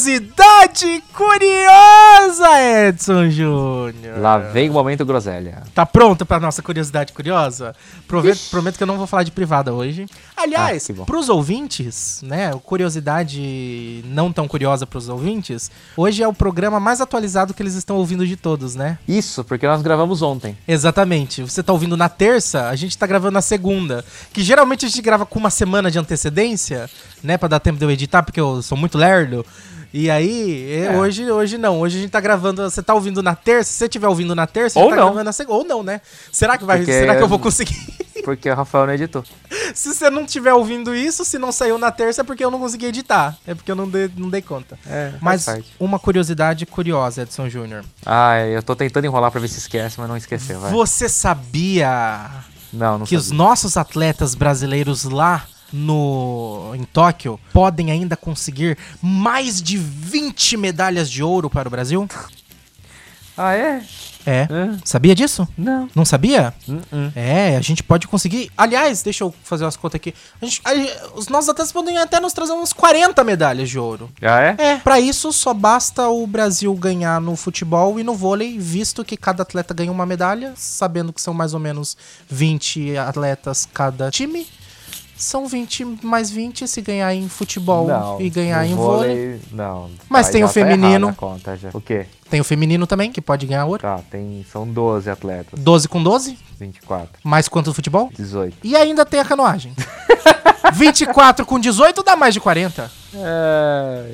Speaker 3: Curiosidade curiosa, Edson Júnior.
Speaker 4: Lá vem o momento groselha.
Speaker 3: Tá pronto pra nossa curiosidade curiosa? Prove- prometo que eu não vou falar de privada hoje.
Speaker 4: Ah,
Speaker 3: Aliás,
Speaker 4: que bom.
Speaker 3: pros ouvintes, né? Curiosidade não tão curiosa pros ouvintes. Hoje é o programa mais atualizado que eles estão ouvindo de todos, né?
Speaker 4: Isso, porque nós gravamos ontem.
Speaker 3: Exatamente. Você tá ouvindo na terça, a gente tá gravando na segunda. Que geralmente a gente grava com uma semana de antecedência, né? Pra dar tempo de eu editar, porque eu sou muito lerdo. E aí, é, hoje, hoje não. Hoje a gente tá gravando. Você tá ouvindo na terça? Se você estiver ouvindo na terça, a gente
Speaker 4: Ou
Speaker 3: tá
Speaker 4: não.
Speaker 3: gravando na segunda. Ou não, né? Será que vai.
Speaker 4: Porque-
Speaker 3: Será que eu vou conseguir?
Speaker 4: Porque o Rafael não editou.
Speaker 3: se você não estiver ouvindo isso, se não saiu na terça, é porque eu não consegui editar. É porque eu não dei, não dei conta.
Speaker 4: É, faz
Speaker 3: Mas
Speaker 4: parte.
Speaker 3: uma curiosidade curiosa, Edson Júnior.
Speaker 4: Ai, eu tô tentando enrolar pra ver se esquece, mas não esqueceu, vai.
Speaker 3: Você sabia
Speaker 4: Não, não
Speaker 3: que os
Speaker 4: sabia.
Speaker 3: nossos atletas brasileiros lá no em Tóquio podem ainda conseguir mais de 20 medalhas de ouro para o Brasil?
Speaker 4: Ah, é?
Speaker 3: É.
Speaker 4: É.
Speaker 3: Sabia disso?
Speaker 4: Não.
Speaker 3: Não sabia?
Speaker 4: Uh-uh.
Speaker 3: É, a gente pode conseguir. Aliás, deixa eu fazer umas contas aqui. A gente- a- os nossos atletas podem até nos trazer umas 40 medalhas de ouro.
Speaker 4: Já é?
Speaker 3: É. Pra isso, só basta o Brasil ganhar no futebol e no vôlei, visto que cada atleta ganha uma medalha, sabendo que são mais ou menos 20 atletas cada time. São 20 mais 20 se ganhar em futebol
Speaker 4: Não,
Speaker 3: e ganhar
Speaker 4: no
Speaker 3: em vôlei.
Speaker 4: Não.
Speaker 3: Mas
Speaker 4: Aí
Speaker 3: tem
Speaker 4: já tá
Speaker 3: o feminino.
Speaker 4: errada a conta já. O quê?
Speaker 3: Tem o feminino também, que pode ganhar ouro.
Speaker 4: Tá, tem, são 12 atletas.
Speaker 3: 12 com 12,
Speaker 4: 24,
Speaker 3: mais quanto do futebol?
Speaker 4: 18.
Speaker 3: E ainda tem a canoagem. 24 com 18 dá mais de 40.
Speaker 4: É,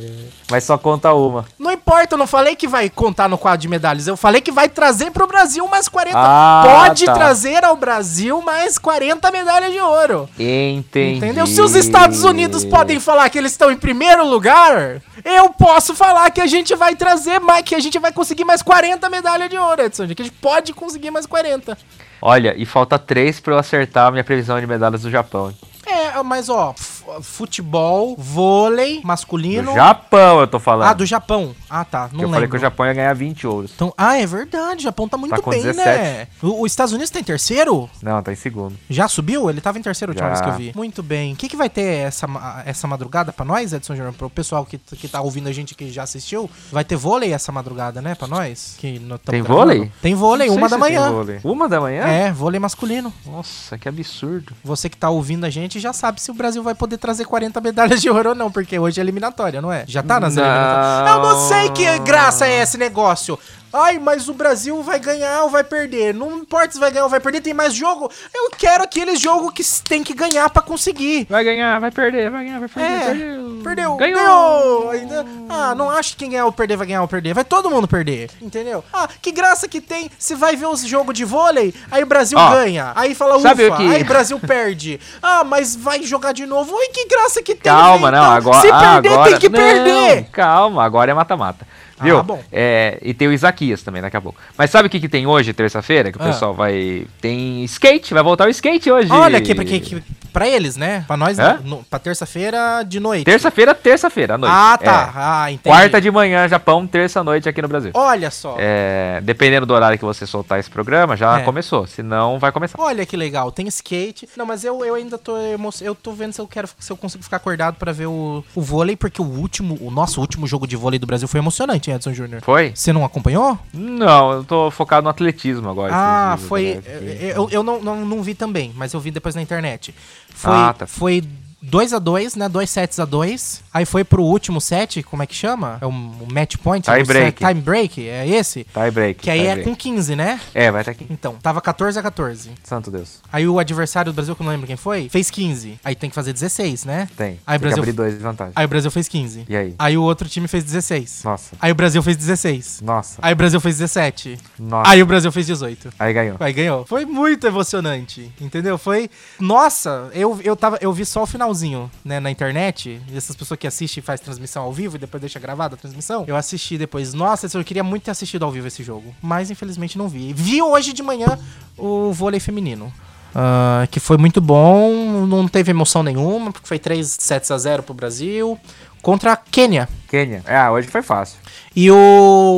Speaker 4: mas só conta uma.
Speaker 3: Não importa, eu não falei que vai contar no quadro de medalhas. Eu falei que vai trazer pro Brasil mais 40.
Speaker 4: Ah,
Speaker 3: Pode
Speaker 4: tá.
Speaker 3: trazer ao Brasil mais 40 medalhas de ouro.
Speaker 4: Entendi.
Speaker 3: Entendeu? Se os Estados Unidos podem falar que eles estão em primeiro lugar, eu posso falar que a gente vai trazer mais, que a gente vai conseguir mais 40 medalhas de ouro, Edson. Que a gente pode conseguir mais 40.
Speaker 4: Olha, e falta três pra eu acertar a minha previsão de medalhas do Japão. hein?
Speaker 3: É, mas ó, f- futebol, vôlei
Speaker 4: Do
Speaker 3: masculino.
Speaker 4: Japão, eu tô falando.
Speaker 3: Ah, do Japão. Ah, tá.
Speaker 4: Porque
Speaker 3: Não
Speaker 4: eu
Speaker 3: lembro.
Speaker 4: falei que o Japão ia ganhar 20 ouros.
Speaker 3: Então, ah, é verdade. O Japão tá muito
Speaker 4: Tá com
Speaker 3: bem, né?
Speaker 4: 17.
Speaker 3: O, os Estados Unidos tá em terceiro?
Speaker 4: Não, tá em segundo.
Speaker 3: Já subiu? Ele tava em terceiro a última
Speaker 4: Já.
Speaker 3: vez que eu vi. Muito bem. O que, que vai ter essa, ma- essa madrugada pra nós, Edson Júnior? Pro pessoal que, que tá ouvindo a gente que já assistiu. Vai ter vôlei essa madrugada, né? Pra nós? Que no- tamo
Speaker 4: Tem
Speaker 3: gravando.
Speaker 4: vôlei?
Speaker 3: Tem vôlei,
Speaker 4: Não sei
Speaker 3: uma
Speaker 4: se
Speaker 3: da
Speaker 4: tem
Speaker 3: manhã.
Speaker 4: vôlei. Uma da manhã?
Speaker 3: É, vôlei masculino.
Speaker 4: Nossa, que absurdo.
Speaker 3: Você que tá ouvindo a gente já sabe se o Brasil vai poder trazer 40 medalhas de ouro ou não, porque hoje é eliminatória, não é? Já tá nas
Speaker 4: Não.
Speaker 3: eliminatórias. Eu não sei que graça é esse negócio. Ai, mas o Brasil vai ganhar ou vai perder. Não importa se vai ganhar ou vai perder, tem mais jogo. Eu quero aquele jogo que s- tem que ganhar pra conseguir.
Speaker 4: Vai ganhar, vai perder, vai ganhar, vai perder.
Speaker 3: É,
Speaker 4: Perdeu.
Speaker 3: perdeu,
Speaker 4: Ganhou.
Speaker 3: ganhou. Ainda- Ah, não acho que quem ganhar ou perder vai ganhar ou perder. Vai todo mundo perder, entendeu? Ah, que graça que tem. Se vai ver os jogos de vôlei, aí o Brasil
Speaker 4: Ó,
Speaker 3: ganha. Aí fala ufa,
Speaker 4: sabe o que-
Speaker 3: aí o Brasil perde. Ah, mas vai jogar de novo. Ui, que graça que tem.
Speaker 4: Calma,
Speaker 3: né,
Speaker 4: não,
Speaker 3: então?
Speaker 4: agora.
Speaker 3: Se
Speaker 4: ah,
Speaker 3: perder,
Speaker 4: agora-
Speaker 3: tem que
Speaker 4: não,
Speaker 3: perder.
Speaker 4: Calma, agora é mata-mata. Viu?
Speaker 3: Ah, bom.
Speaker 4: É, e tem o Isaquias também daqui a pouco. Mas sabe o que, que tem hoje, terça-feira? Que o
Speaker 3: Ah.
Speaker 4: pessoal vai. Tem skate, vai voltar o skate hoje.
Speaker 3: Olha aqui, pra, que, que- pra eles, né? Pra nós,
Speaker 4: Hã?
Speaker 3: no, pra terça-feira de noite.
Speaker 4: Terça-feira, terça-feira, à noite.
Speaker 3: Ah,
Speaker 4: É.
Speaker 3: tá. Ah, entendi.
Speaker 4: Quarta de manhã, Japão, terça-noite aqui no Brasil.
Speaker 3: Olha só.
Speaker 4: É, dependendo do horário que você soltar esse programa, já
Speaker 3: É.
Speaker 4: começou. Se não, vai começar.
Speaker 3: Olha que legal, tem skate. Não, mas eu, eu ainda tô emo- eu tô vendo se eu quero se eu consigo ficar acordado pra ver o, o vôlei, porque o último, o nosso último jogo de vôlei do Brasil foi emocionante, hein, Edson Júnior.
Speaker 4: Foi?
Speaker 3: Você não acompanhou?
Speaker 4: Não, eu tô focado no atletismo agora.
Speaker 3: ah,
Speaker 4: esses dias,
Speaker 3: foi. é,
Speaker 4: né, que-
Speaker 3: Eu, eu não, não, não vi também, mas eu vi depois na internet. Foi,
Speaker 4: Ah, tá.
Speaker 3: foi 2x2, né? Dois sets a 2 Aí foi pro último set, como é que chama? É o um match point?
Speaker 4: Tie
Speaker 3: o set-
Speaker 4: break.
Speaker 3: Time break, é esse?
Speaker 4: Tie break.
Speaker 3: Que aí
Speaker 4: tie
Speaker 3: é
Speaker 4: break.
Speaker 3: com 15, né?
Speaker 4: É, vai até aqui.
Speaker 3: Então, tava 14 a 14.
Speaker 4: Santo Deus.
Speaker 3: Aí o adversário do Brasil, que eu não lembro quem foi, fez 15. Aí tem que fazer 16, né?
Speaker 4: Tem.
Speaker 3: Aí o
Speaker 4: Tem que
Speaker 3: Brasil,
Speaker 4: abrir dois de vantagem.
Speaker 3: aí o Brasil fez 15.
Speaker 4: E aí?
Speaker 3: Aí o outro time fez 16.
Speaker 4: Nossa.
Speaker 3: Aí o Brasil fez 16.
Speaker 4: Nossa.
Speaker 3: Aí o Brasil fez 17.
Speaker 4: Nossa.
Speaker 3: Aí o Brasil fez 18.
Speaker 4: Aí ganhou.
Speaker 3: Aí ganhou. Foi muito emocionante, entendeu? Foi. Nossa, eu, eu, tava, eu vi só o finalzinho, né, na internet. Essas pessoas que assistem e faz transmissão ao vivo e depois deixa gravada a transmissão. Eu assisti depois. Nossa, eu queria muito ter assistido ao vivo esse jogo. Mas infelizmente não vi. Vi hoje de manhã o vôlei feminino. ah, que foi muito bom, não teve emoção nenhuma, porque foi 3 sets a 0 pro Brasil contra a Quênia.
Speaker 4: Quênia. Ah, hoje foi fácil.
Speaker 3: E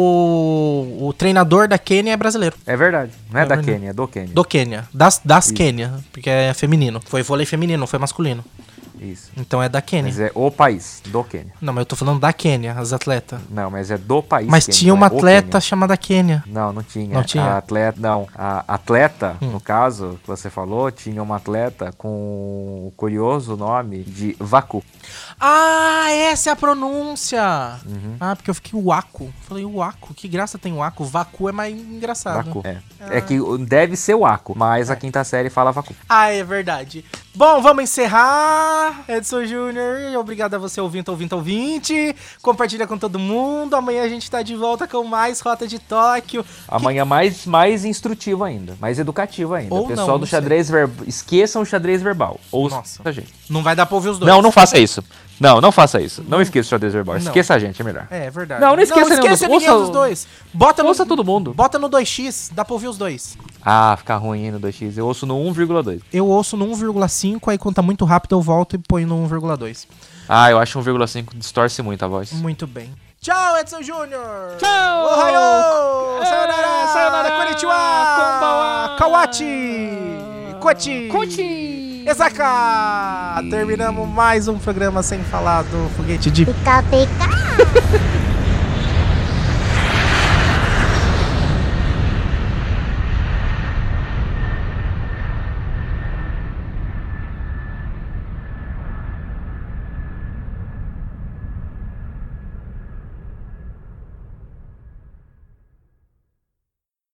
Speaker 3: o, o treinador da Quênia é brasileiro.
Speaker 4: É verdade. Não é,
Speaker 3: É
Speaker 4: da
Speaker 3: verdade.
Speaker 4: Quênia, é do Quênia.
Speaker 3: Do Quênia. Das, das Quênia, porque é feminino. Foi vôlei feminino, não foi masculino.
Speaker 4: Isso.
Speaker 3: Então é da Quênia.
Speaker 4: Mas é o país, do Quênia.
Speaker 3: Não, mas eu tô falando da Quênia, as atletas.
Speaker 4: Não, mas é do país.
Speaker 3: Mas
Speaker 4: Quênia,
Speaker 3: tinha
Speaker 4: não
Speaker 3: uma
Speaker 4: é o
Speaker 3: atleta
Speaker 4: Quênia.
Speaker 3: chamada Quênia.
Speaker 4: Não, não tinha.
Speaker 3: Não tinha? Hum.
Speaker 4: A atleta, não. A atleta, no caso, que você falou, tinha uma atleta com o curioso nome de Vacu.
Speaker 3: Ah, essa é a pronúncia!
Speaker 4: Uhum.
Speaker 3: Ah, porque eu fiquei Waco. Falei, Waco, que graça tem Waco? Vacu é mais engraçado.
Speaker 4: Vacu. É. é que deve ser o Aco, mas a quinta série fala Vacu.
Speaker 3: Ah, é verdade. Bom, vamos encerrar. Edson Júnior, obrigado a você, ouvinte, ouvinte, ouvinte. Compartilha com todo mundo. Amanhã a gente tá de volta com mais Rota de Tóquio.
Speaker 4: Amanhã mais, mais instrutivo ainda, mais educativo ainda.
Speaker 3: Ou
Speaker 4: o pessoal
Speaker 3: não, não
Speaker 4: do xadrez verbal. Esqueçam o xadrez verbal. Ouça
Speaker 3: Nossa.
Speaker 4: a gente.
Speaker 3: Não vai dar pra ouvir os dois.
Speaker 4: Não, não faça isso. Não, não faça isso. Não esqueça o xadrez verbal. Esqueça a gente, é melhor.
Speaker 3: É, é verdade.
Speaker 4: Não, não esqueça nenhum
Speaker 3: esqueça
Speaker 4: dos-
Speaker 3: ninguém
Speaker 4: ouça
Speaker 3: dos
Speaker 4: o-
Speaker 3: dois. Bota no,
Speaker 4: ouça todo mundo.
Speaker 3: Bota no 2x, dá pra ouvir os dois.
Speaker 4: Ah, fica ruim no 2x. Eu ouço no 1,2.
Speaker 3: Eu ouço no 1,5, aí quando tá muito rápido eu volto e ponho no 1,2.
Speaker 4: Ah, eu acho 1,5 distorce muito a voz.
Speaker 3: Muito bem. Tchau, Edson Júnior!
Speaker 4: Tchau!
Speaker 3: Ohayou!
Speaker 4: É,
Speaker 3: Sayonara! Sayonara! Konnichiwa!
Speaker 4: Konbawa!
Speaker 3: Kawachi! Kochi!
Speaker 4: Conte!
Speaker 3: Ezaka! Terminamos mais um programa sem falar do foguete de...
Speaker 5: ピカピカ